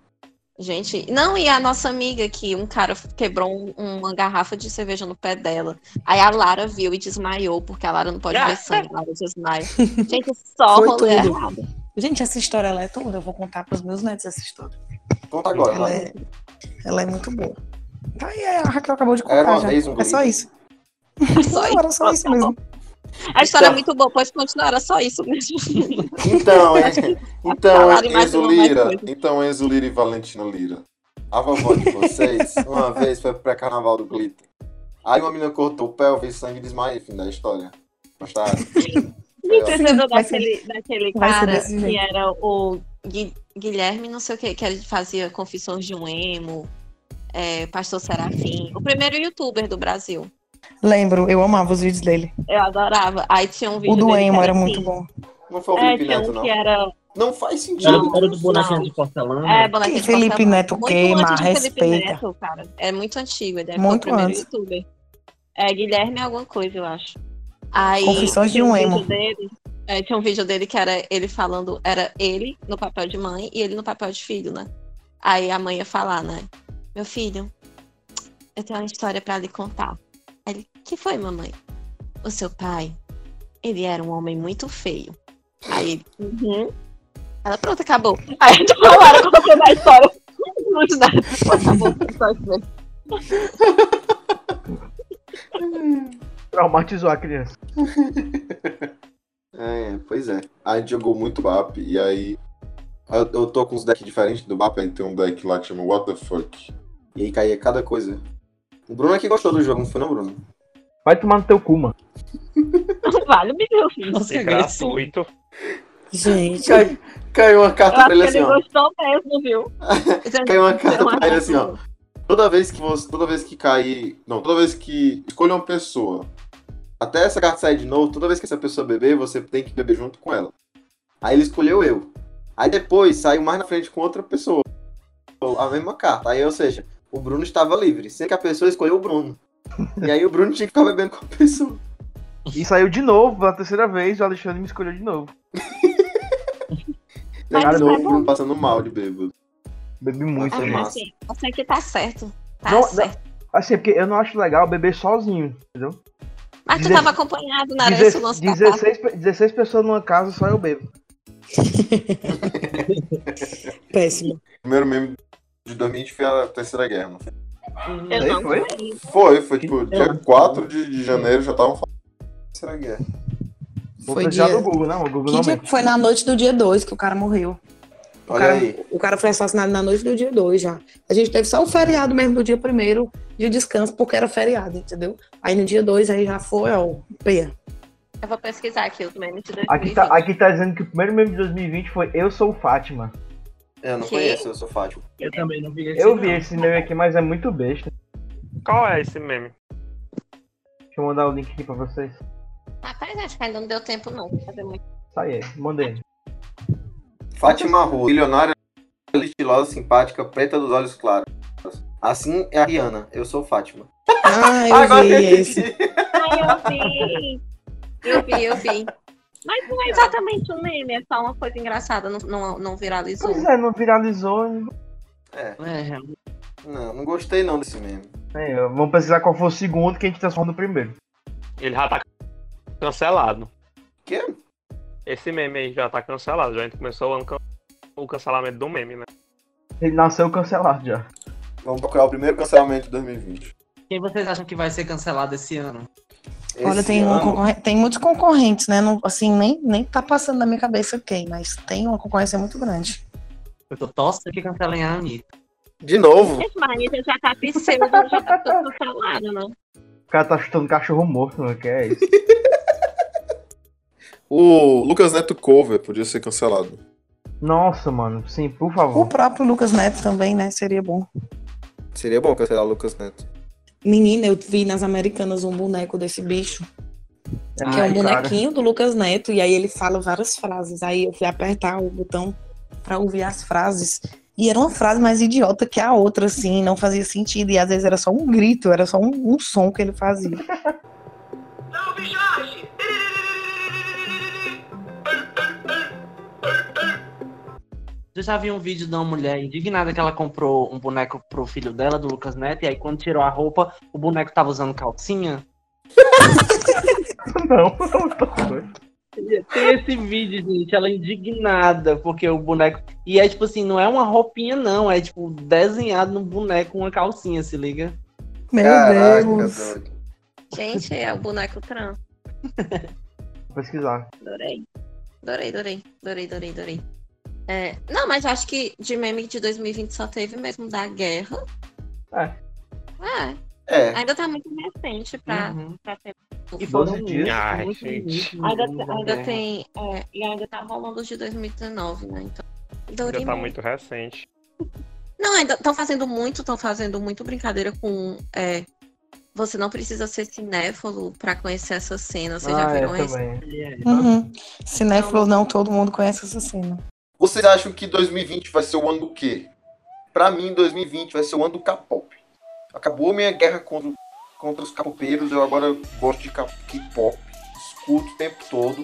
[SPEAKER 3] Gente, não, e a nossa amiga que um cara quebrou um- uma garrafa de cerveja no pé dela. Aí a Lara viu e desmaiou, porque a Lara não pode ver sangue, a Lara
[SPEAKER 4] [laughs]
[SPEAKER 3] desmaia. Gente, só
[SPEAKER 4] Foi
[SPEAKER 3] rolê
[SPEAKER 4] tudo.
[SPEAKER 3] errado.
[SPEAKER 4] Gente, essa história ela é toda. Eu vou contar pros meus netos essa história.
[SPEAKER 2] Conta agora.
[SPEAKER 4] Ela
[SPEAKER 2] Lara.
[SPEAKER 4] é, ela é muito boa. Tá aí, a Raquel acabou de
[SPEAKER 2] Era uma
[SPEAKER 4] contar já.
[SPEAKER 2] vez um
[SPEAKER 4] É só
[SPEAKER 2] glitter.
[SPEAKER 4] isso.
[SPEAKER 3] [laughs] Só
[SPEAKER 4] Não,
[SPEAKER 3] isso.
[SPEAKER 4] era só isso mesmo.
[SPEAKER 3] A história é muito boa, pode continuar, era só isso [laughs] mesmo.
[SPEAKER 2] Então,
[SPEAKER 3] [laughs]
[SPEAKER 2] é, então,
[SPEAKER 3] Falaram mais
[SPEAKER 2] Enzo
[SPEAKER 3] uma, mais
[SPEAKER 2] Lira,
[SPEAKER 3] coisa.
[SPEAKER 2] então Enzo Lira e Valentina Lira. A vovó de vocês,
[SPEAKER 3] [laughs]
[SPEAKER 2] uma vez foi pra carnaval do glitter. Aí uma menina cortou o pé, eu vi sangue e desmaiei, fim da história. Gostaram? É, Foi
[SPEAKER 3] Você
[SPEAKER 2] ótimo.
[SPEAKER 3] lembra
[SPEAKER 4] Vai ser-
[SPEAKER 3] daquele, daquele
[SPEAKER 4] vai ser
[SPEAKER 3] cara
[SPEAKER 4] desse
[SPEAKER 3] que
[SPEAKER 4] jeito.
[SPEAKER 3] era o Gui- Guilherme, não sei o que, que ele fazia confissões de um emo, é, Pastor Serafim, o primeiro youtuber do Brasil.
[SPEAKER 4] Lembro, eu amava os vídeos dele.
[SPEAKER 3] Eu adorava. Aí tinha um vídeo
[SPEAKER 4] O do
[SPEAKER 3] dele que
[SPEAKER 4] Emo era
[SPEAKER 3] assim,
[SPEAKER 4] muito bom.
[SPEAKER 2] Não foi o
[SPEAKER 3] É,
[SPEAKER 2] Felipe
[SPEAKER 3] tinha
[SPEAKER 2] Neto,
[SPEAKER 3] um
[SPEAKER 2] não.
[SPEAKER 3] que era.
[SPEAKER 2] Não faz
[SPEAKER 5] Era,
[SPEAKER 2] sentido.
[SPEAKER 5] do- era do bonequinho
[SPEAKER 3] Não.
[SPEAKER 5] de porcelana.
[SPEAKER 3] É, bonequinha
[SPEAKER 4] Que
[SPEAKER 3] de
[SPEAKER 4] Felipe
[SPEAKER 3] porcelana.
[SPEAKER 4] Neto
[SPEAKER 3] Muito
[SPEAKER 4] queima,
[SPEAKER 3] antes do Felipe
[SPEAKER 4] respeita.
[SPEAKER 3] Neto, cara. É muito antigo, ele é
[SPEAKER 4] Muito
[SPEAKER 3] o primeiro
[SPEAKER 4] antes.
[SPEAKER 3] youtuber. É Guilherme alguma coisa, eu acho. Aí,
[SPEAKER 4] Confissões de
[SPEAKER 3] tinha
[SPEAKER 4] um
[SPEAKER 3] vídeo
[SPEAKER 4] emo.
[SPEAKER 3] dele- é, tinha um vídeo dele que era ele falando, era ele no papel de mãe e ele no papel de filho, né? Aí a mãe ia falar, né? Meu filho, eu tenho uma história pra lhe contar. Aí Ele, que foi, mamãe? O seu pai, ele era um homem muito feio. Aí ele, uhum. Ela, pronto, acabou. [laughs] Aí tipo, eu era contando a história. Não de nada. Acabou. Só isso mesmo.
[SPEAKER 7] Traumatizou a criança.
[SPEAKER 2] É, pois é. A gente jogou muito BAP e aí. Eu, eu tô com uns decks diferentes do BAP, aí tem um deck lá que chama What the fuck. E aí caía cada coisa. O Bruno é que gostou do jogo, não foi não, Bruno?
[SPEAKER 7] Vai tomar no teu cu, mano.
[SPEAKER 3] Não vale, me deu, filho.
[SPEAKER 5] Nossa, que
[SPEAKER 6] É
[SPEAKER 5] agressivo.
[SPEAKER 6] gratuito.
[SPEAKER 4] Gente,
[SPEAKER 2] Cai, caiu uma
[SPEAKER 3] Eu
[SPEAKER 2] carta
[SPEAKER 3] acho
[SPEAKER 2] pra ele
[SPEAKER 3] que
[SPEAKER 2] assim,
[SPEAKER 3] ele
[SPEAKER 2] ó.
[SPEAKER 3] gostou
[SPEAKER 2] [laughs]
[SPEAKER 3] mesmo, viu?
[SPEAKER 2] Caiu uma carta pra ele assim, ó. Toda vez que você. Toda vez que cair. Não, toda vez que escolha uma pessoa. Até essa carta sair de novo, toda vez que essa pessoa beber, você tem que beber junto com ela. Aí ele escolheu eu. Aí depois saiu mais na frente com outra pessoa. A mesma carta. Aí, ou seja, o Bruno estava livre. Sendo que a pessoa escolheu o Bruno. E aí o Bruno tinha que ficar bebendo com a pessoa.
[SPEAKER 7] E saiu de novo, pela terceira vez, o Alexandre me escolheu de novo.
[SPEAKER 2] E aí,
[SPEAKER 7] Mas
[SPEAKER 2] de
[SPEAKER 7] não
[SPEAKER 2] novo,
[SPEAKER 7] é
[SPEAKER 2] o Bruno passando mal de bêbado.
[SPEAKER 7] Bebi muito.
[SPEAKER 2] Foi
[SPEAKER 3] É,
[SPEAKER 2] massa.
[SPEAKER 3] assim, você que tá certo. Tá
[SPEAKER 7] Não,
[SPEAKER 3] certo.
[SPEAKER 7] Assim, porque eu não acho legal beber sozinho, entendeu?
[SPEAKER 3] Mas tu
[SPEAKER 7] dezesse-
[SPEAKER 3] tava acompanhado na
[SPEAKER 7] Deze-
[SPEAKER 3] areia, o lance tá da casa.
[SPEAKER 7] 16, pe- 16 pessoas numa casa, só eu bebo.
[SPEAKER 9] Péssimo.
[SPEAKER 2] O primeiro meme de 2020 foi a Terceira Guerra. não foi?
[SPEAKER 7] Aí
[SPEAKER 3] Eu não
[SPEAKER 7] foi?
[SPEAKER 3] sei.
[SPEAKER 2] Foi, foi tipo,
[SPEAKER 7] Então.
[SPEAKER 2] dia 4 de, de janeiro já estavam falando. da Terceira Guerra.
[SPEAKER 7] Vou
[SPEAKER 9] Foi
[SPEAKER 7] precisar
[SPEAKER 9] dia-
[SPEAKER 7] do Google, não. O Google
[SPEAKER 4] que
[SPEAKER 7] não
[SPEAKER 4] dia
[SPEAKER 7] mente.
[SPEAKER 4] que foi na noite do dia 2 que o cara morreu?
[SPEAKER 2] Olha
[SPEAKER 9] cara-
[SPEAKER 2] aí.
[SPEAKER 9] O cara foi assassinado na noite do dia 2 já. A gente teve
[SPEAKER 4] um
[SPEAKER 9] só o feriado mesmo do dia primeiro de descanso, porque era feriado, entendeu? Aí no dia 2 aí já foi, ó, peia.
[SPEAKER 3] Eu vou pesquisar aqui os memes de 2020.
[SPEAKER 7] Aqui tá, aqui tá dizendo que o primeiro meme de 2020 foi Eu Sou Fátima.
[SPEAKER 2] Eu não
[SPEAKER 3] Que?
[SPEAKER 2] conheço, eu sou Fátima.
[SPEAKER 5] Eu também não vi esse.
[SPEAKER 7] Eu
[SPEAKER 5] não.
[SPEAKER 7] vi esse meme aqui, mas é muito besta.
[SPEAKER 6] Qual é esse meme?
[SPEAKER 7] Deixa eu mandar o link aqui pra vocês.
[SPEAKER 3] Rapaz, acho que ainda não deu tempo, não. pra fazer muito.
[SPEAKER 7] Sai aí, mandei.
[SPEAKER 2] Fátima Rua, milionária, estilosa, simpática, preta dos olhos claros. Assim é a Rihanna, eu sou Fátima.
[SPEAKER 9] Ah, eu
[SPEAKER 2] Agora
[SPEAKER 9] vi
[SPEAKER 2] eu
[SPEAKER 9] esse.
[SPEAKER 2] entendi.
[SPEAKER 3] Ai, eu vi. Eu vi, eu vi. Mas não é exatamente um meme, é só uma coisa engraçada, não, não, não viralizou.
[SPEAKER 7] Pois é, não viralizou. né? hein?
[SPEAKER 2] É,
[SPEAKER 5] É, realmente.
[SPEAKER 2] não, não gostei não desse meme.
[SPEAKER 7] É, vamos pesquisar qual foi o segundo que a gente transforma no primeiro.
[SPEAKER 6] Ele já tá cancelado.
[SPEAKER 2] Quê?
[SPEAKER 6] Esse meme aí já tá cancelado. Já a gente começou o ano can- o cancelamento do meme, né?
[SPEAKER 7] Ele nasceu cancelado já.
[SPEAKER 2] Vamos procurar o primeiro cancelamento de 2020.
[SPEAKER 5] Quem vocês acham que vai ser cancelado esse ano?
[SPEAKER 4] Olha,
[SPEAKER 2] Esse
[SPEAKER 4] tem, um
[SPEAKER 2] ano,
[SPEAKER 4] concorre- tem muitos concorrentes, né? Não- assim, nem, nem tá passando na minha cabeça quem, mas tem uma concorrência muito grande.
[SPEAKER 5] Eu tô tosta que cancelem a Anitta.
[SPEAKER 2] De novo?
[SPEAKER 3] Gente, mas a Anitta já tá pseudo, já tá
[SPEAKER 7] [laughs]
[SPEAKER 3] todo falado, né?
[SPEAKER 7] O cara tá chutando cachorro morto, mano, que é isso.
[SPEAKER 9] [laughs]
[SPEAKER 8] O Lucas Neto Cover podia ser cancelado.
[SPEAKER 7] Nossa, mano, sim, por
[SPEAKER 4] O
[SPEAKER 7] favor.
[SPEAKER 4] próprio Lucas Neto também, né? Seria bom.
[SPEAKER 2] Seria bom cancelar o Lucas Neto.
[SPEAKER 9] Menina, eu vi nas Americanas um boneco desse bicho, que é um
[SPEAKER 7] muito caro.
[SPEAKER 9] bonequinho do Lucas Neto, e aí ele fala várias frases. Aí eu fui apertar o botão pra ouvir as frases. E era uma frase mais idiota que a outra, assim, não fazia sentido. E às vezes era só um grito, era só um, um som que ele fazia.
[SPEAKER 5] Eu já vi um vídeo de uma mulher indignada que ela comprou um boneco pro filho dela, do Lucas Neto, e aí quando tirou a roupa, o boneco tava usando calcinha.
[SPEAKER 7] [laughs] Não, [laughs] não tô doido.
[SPEAKER 5] Tem esse vídeo, gente, ela é indignada, porque o boneco. E é tipo assim, não é uma roupinha, não, é tipo desenhado no boneco uma calcinha, se liga.
[SPEAKER 4] Meu
[SPEAKER 2] Caraca,
[SPEAKER 4] Deus.
[SPEAKER 2] doido.
[SPEAKER 3] Gente, é o boneco trans.
[SPEAKER 7] Vou pesquisar.
[SPEAKER 3] Adorei. Adorei, adorei. Adorei, adorei, adorei. É, não, mas acho que de meme de 2020 só teve mesmo da guerra.
[SPEAKER 7] É.
[SPEAKER 3] É,
[SPEAKER 2] É,
[SPEAKER 3] ainda tá muito recente pra,
[SPEAKER 5] Uhum.
[SPEAKER 3] pra ter.
[SPEAKER 5] E
[SPEAKER 7] Doze
[SPEAKER 5] foram
[SPEAKER 7] dias.
[SPEAKER 5] muitos,
[SPEAKER 6] Ai,
[SPEAKER 5] muitos,
[SPEAKER 6] gente.
[SPEAKER 5] muitos
[SPEAKER 3] Ainda,
[SPEAKER 5] memes da
[SPEAKER 3] ainda
[SPEAKER 5] guerra.
[SPEAKER 3] tem. é, e ainda tá rolando os de 2019, né? Então.
[SPEAKER 6] Já
[SPEAKER 3] Dorimon.
[SPEAKER 6] tá muito recente.
[SPEAKER 3] Não, ainda estão fazendo muito, estão fazendo muito brincadeira com. é, você não precisa ser cinéfalo pra conhecer essa cena. Vocês já
[SPEAKER 7] Ah, é,
[SPEAKER 3] viram esse?
[SPEAKER 7] também.
[SPEAKER 4] Uhum. Cinéfilo, não, todo mundo conhece essa cena.
[SPEAKER 2] vocês acham que 2020 vai ser o ano do quê? Pra mim, 2020 vai ser o ano do K-pop. Acabou minha guerra contra o contra os capopeiros. Eu agora gosto de cap- K-pop. Escuto o tempo todo.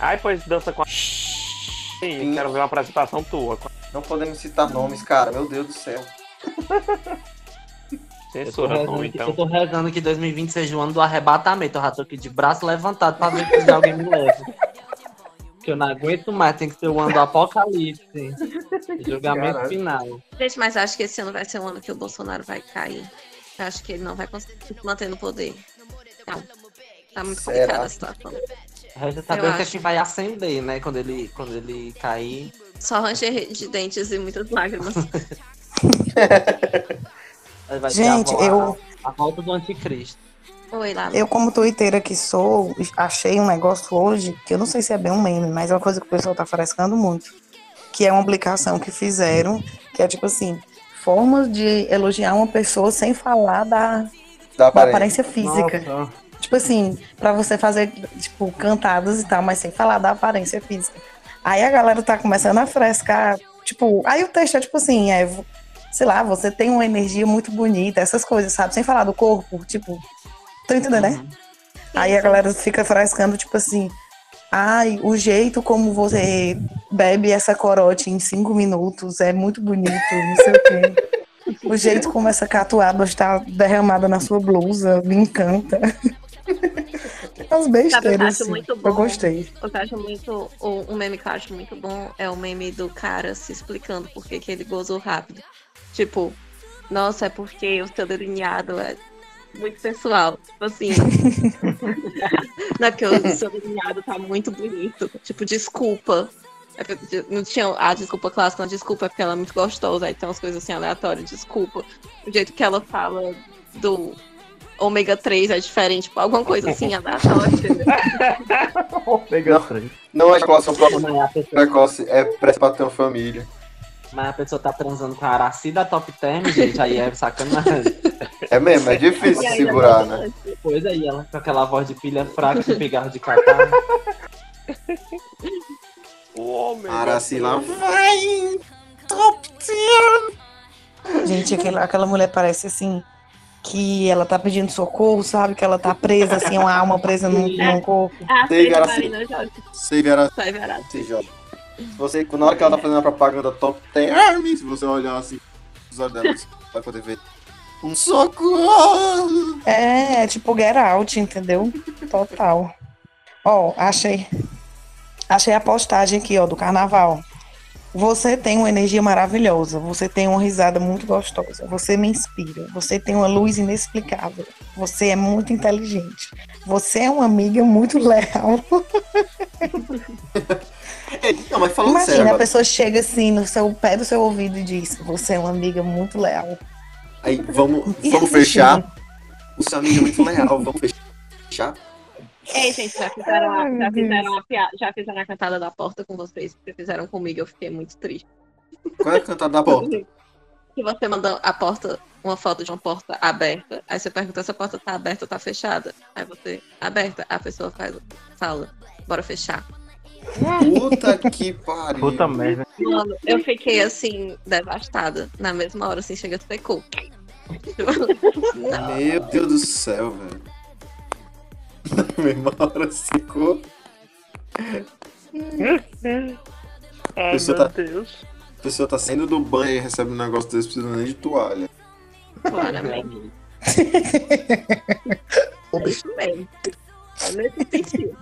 [SPEAKER 6] Ai, pois dança com a. Sim, quero ver uma apresentação tua.
[SPEAKER 2] Não podemos citar nomes, cara. Meu Deus do céu.
[SPEAKER 5] Eu tô,
[SPEAKER 6] Censura,
[SPEAKER 5] rezando
[SPEAKER 6] não,
[SPEAKER 5] que,
[SPEAKER 6] então.
[SPEAKER 5] eu tô rezando que 2020 seja o ano do arrebatamento. Eu já tô aqui de braço levantado pra ver se alguém me leva. Que eu não aguento mais, tem que ser o ano do apocalipse. Julgamento
[SPEAKER 2] Caralho.
[SPEAKER 5] final.
[SPEAKER 3] Gente, mas acho que esse ano vai ser um ano que o Bolsonaro vai cair. Eu acho que ele não vai conseguir manter no poder. Não. Tá muito
[SPEAKER 2] Será?
[SPEAKER 3] complicada a situação.
[SPEAKER 5] Resta
[SPEAKER 3] Eu
[SPEAKER 5] saber o que é
[SPEAKER 3] acho.
[SPEAKER 5] que vai acender, né? Quando ele, quando ele cair.
[SPEAKER 3] Só ranger de dentes e muitas lágrimas.
[SPEAKER 5] aí Vai ter
[SPEAKER 4] Gente,
[SPEAKER 5] a volta,
[SPEAKER 4] eu,
[SPEAKER 5] A volta do anticristo.
[SPEAKER 3] Oi, Lala.
[SPEAKER 4] eu, como twitteira que sou, achei um negócio hoje, que eu não sei se é bem um meme, mas é uma coisa que o pessoal tá frescando muito. Que é uma aplicação que fizeram, que é tipo assim, formas de elogiar uma pessoa sem falar da,
[SPEAKER 2] Dá
[SPEAKER 4] da
[SPEAKER 2] aparência.
[SPEAKER 4] aparência física.
[SPEAKER 7] [laughs]
[SPEAKER 4] Tipo assim, pra você fazer, tipo, cantadas e tal, mas sem falar da aparência física. Aí a galera tá começando a frescar, tipo, aí o texto é tipo assim, é, vo- sei lá, você tem uma energia muito bonita, essas coisas, sabe? Sem falar do corpo, tipo, tô entendendo, né? Aí a galera fica frescando, tipo assim, ai, o jeito como você bebe essa corote em cinco minutos é muito bonito, não sei o quê. O jeito como essa catuaba está derramada na sua blusa me encanta. [laughs] As
[SPEAKER 3] Sabe, eu
[SPEAKER 4] besteiras.
[SPEAKER 3] acho
[SPEAKER 4] assim.
[SPEAKER 3] muito bom.
[SPEAKER 4] Eu gostei.
[SPEAKER 3] Eu acho muito. o- Um meme que eu acho muito bom é o meme do cara se explicando por que, que ele gozou rápido. Tipo, nossa, é porque o seu delineado é muito sensual. Tipo assim. não é porque o seu delineado tá muito bonito. Tipo, desculpa. É porque Não tinha a desculpa clássica, não, desculpa, é porque ela é muito gostosa. Aí tem umas coisas assim aleatórias, desculpa. O jeito que ela fala do ômega 3 é diferente, tipo, alguma coisa assim aleatória. entendeu?
[SPEAKER 2] Não. Não é ejaculação pró-
[SPEAKER 5] Mas a, pessoa,
[SPEAKER 2] precoce, é pressa pra ter uma família.
[SPEAKER 5] mas a pessoa tá transando com a Aracida Top Term, gente, aí é sacanagem.
[SPEAKER 2] É mesmo, é difícil
[SPEAKER 3] E aí,
[SPEAKER 2] segurar,
[SPEAKER 3] ela-
[SPEAKER 2] né?
[SPEAKER 5] Depois aí ela com aquela voz de pilha fraca de pegar de catar.
[SPEAKER 6] O homem.
[SPEAKER 2] Aracila.
[SPEAKER 4] Gente, aquela, aquela mulher parece assim que ela tá pedindo socorro, sabe? Que ela tá presa, assim, uma alma presa num, num corpo.
[SPEAKER 3] Ah,
[SPEAKER 2] Teve
[SPEAKER 3] sim,
[SPEAKER 2] era
[SPEAKER 3] Marina, já
[SPEAKER 2] Save Aracila.
[SPEAKER 3] sai varado.
[SPEAKER 2] Se joga. Se Você, na hora que ela tá fazendo a propaganda top term, se você olhar assim, os olhos dela, você [laughs] vai poder ver. Um socorro!
[SPEAKER 4] É, é tipo Get Out, entendeu? Total. Ó, achei. Achei a postagem aqui, ó, do carnaval. Você tem uma energia maravilhosa, você tem uma risada muito gostosa, você me inspira, você tem uma luz inexplicável, você é muito inteligente, você é uma amiga muito leal.
[SPEAKER 2] Ei, Não, mas falando
[SPEAKER 4] Imagina,
[SPEAKER 2] sério
[SPEAKER 4] a
[SPEAKER 2] agora.
[SPEAKER 4] pessoa chega assim no seu pé do seu ouvido e diz: Você é uma amiga muito leal.
[SPEAKER 2] Aí,
[SPEAKER 4] [laughs]
[SPEAKER 2] vamos,
[SPEAKER 4] E
[SPEAKER 2] vamos
[SPEAKER 4] assim,
[SPEAKER 2] fechar. O seu amigo é muito leal, vamos fechar.
[SPEAKER 3] Ei, gente, já fizeram, a,
[SPEAKER 4] Ai,
[SPEAKER 3] já,
[SPEAKER 4] meu Deus.
[SPEAKER 3] fizeram a, pia- já fizeram a cantada da porta com vocês, porque fizeram comigo, eu fiquei muito triste.
[SPEAKER 2] Qual é a cantada da porta?
[SPEAKER 3] Que você mandou a porta, uma foto de uma porta aberta, aí você pergunta se a porta tá aberta ou tá fechada. Aí você, aberta, a pessoa faz, fala, bora fechar.
[SPEAKER 2] Puta que pariu.
[SPEAKER 7] Puta merda.
[SPEAKER 3] Mano, eu fiquei assim, devastada. Na mesma hora, assim, chega a secou.
[SPEAKER 2] Meu Deus do céu, velho. [laughs] Na mesma hora
[SPEAKER 6] [laughs]
[SPEAKER 2] secou.
[SPEAKER 6] Ai,
[SPEAKER 2] Isso
[SPEAKER 6] Ah, meu
[SPEAKER 2] tá-
[SPEAKER 6] Deus.
[SPEAKER 2] A pessoa tá saindo do banho e recebe um negócio desse, precisando nem de toalha.
[SPEAKER 3] [laughs] Claramente. É isso mesmo. É nesse sentido.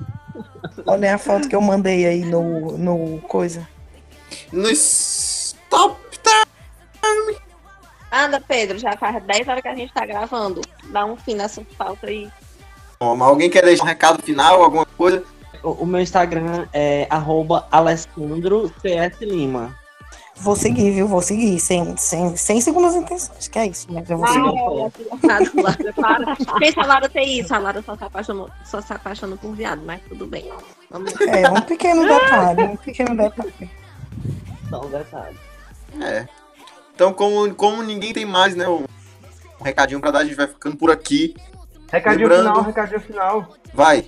[SPEAKER 4] Olha a foto que eu mandei aí no, no coisa.
[SPEAKER 2] No stop!
[SPEAKER 3] Anda, Pedro, já faz 10 horas que a gente tá gravando. Dá um fim nessa falta aí.
[SPEAKER 2] Bom, mas alguém quer deixar um recado final, alguma coisa?
[SPEAKER 5] O, o meu Instagram é arroba Alessandro CS Lima.
[SPEAKER 4] Vou seguir, viu? Vou seguir, sem, sem, sem segundas intenções, que é isso, mas eu
[SPEAKER 3] Ah,
[SPEAKER 4] vou
[SPEAKER 3] [laughs]
[SPEAKER 4] seguir.
[SPEAKER 3] Lara, Pensa, a Lara tem isso. A Lara só se apaixonou, só se apaixonou por viado, mas tudo bem. Vamos lá.
[SPEAKER 4] É, um pequeno detalhe, um pequeno detalhe.
[SPEAKER 5] Só um detalhe.
[SPEAKER 2] É. Então, como, como ninguém tem mais, né? Um, um recadinho pra dar, a gente vai ficando por aqui.
[SPEAKER 7] Recadinho
[SPEAKER 2] Lembrando-
[SPEAKER 7] final, recadinho final.
[SPEAKER 2] Vai.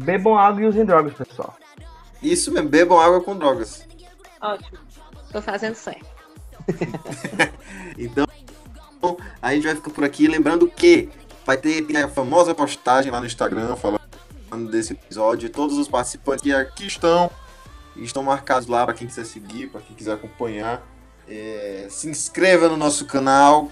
[SPEAKER 7] Bebam água e usem drogas, pessoal.
[SPEAKER 2] Isso mesmo, bebam água com drogas.
[SPEAKER 3] Ótimo. Tô fazendo certo.
[SPEAKER 2] Então, a gente vai ficando por aqui. Lembrando que Vai ter tem a famosa postagem lá no Instagram falando desse episódio. Todos os participantes que aqui estão estão marcados lá para quem quiser seguir, para quem quiser acompanhar. É, se inscreva no nosso canal.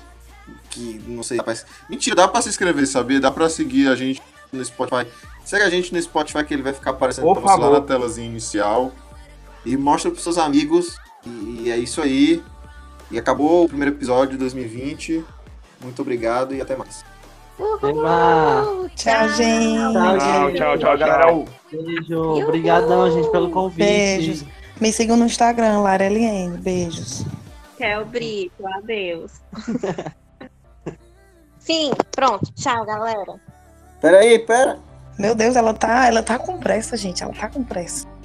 [SPEAKER 2] Que não sei, rapaz. Mentira, dá para se inscrever, sabia? Dá para seguir a gente no Spotify. Segue a gente no Spotify que ele vai ficar aparecendo
[SPEAKER 7] Por
[SPEAKER 2] pra você lá na
[SPEAKER 7] favor.
[SPEAKER 2] telazinha inicial. E mostra pros seus amigos. E, e é isso aí. E acabou o primeiro episódio de 2020. Muito obrigado e até mais.
[SPEAKER 5] Eba!
[SPEAKER 4] Tchau, gente.
[SPEAKER 5] Tchau,
[SPEAKER 6] Tchau,
[SPEAKER 5] gente.
[SPEAKER 6] tchau, tchau, galera.
[SPEAKER 5] Beijo. Obrigadão, gente, pelo convite.
[SPEAKER 4] Beijos. Me sigam no Instagram, Lareliene. Beijos.
[SPEAKER 3] Tchau, Brito. Adeus. [laughs] Sim, pronto. Tchau, galera.
[SPEAKER 12] Peraí, pera.
[SPEAKER 4] Meu Deus, ela tá, ela tá com pressa, gente. Ela tá com pressa.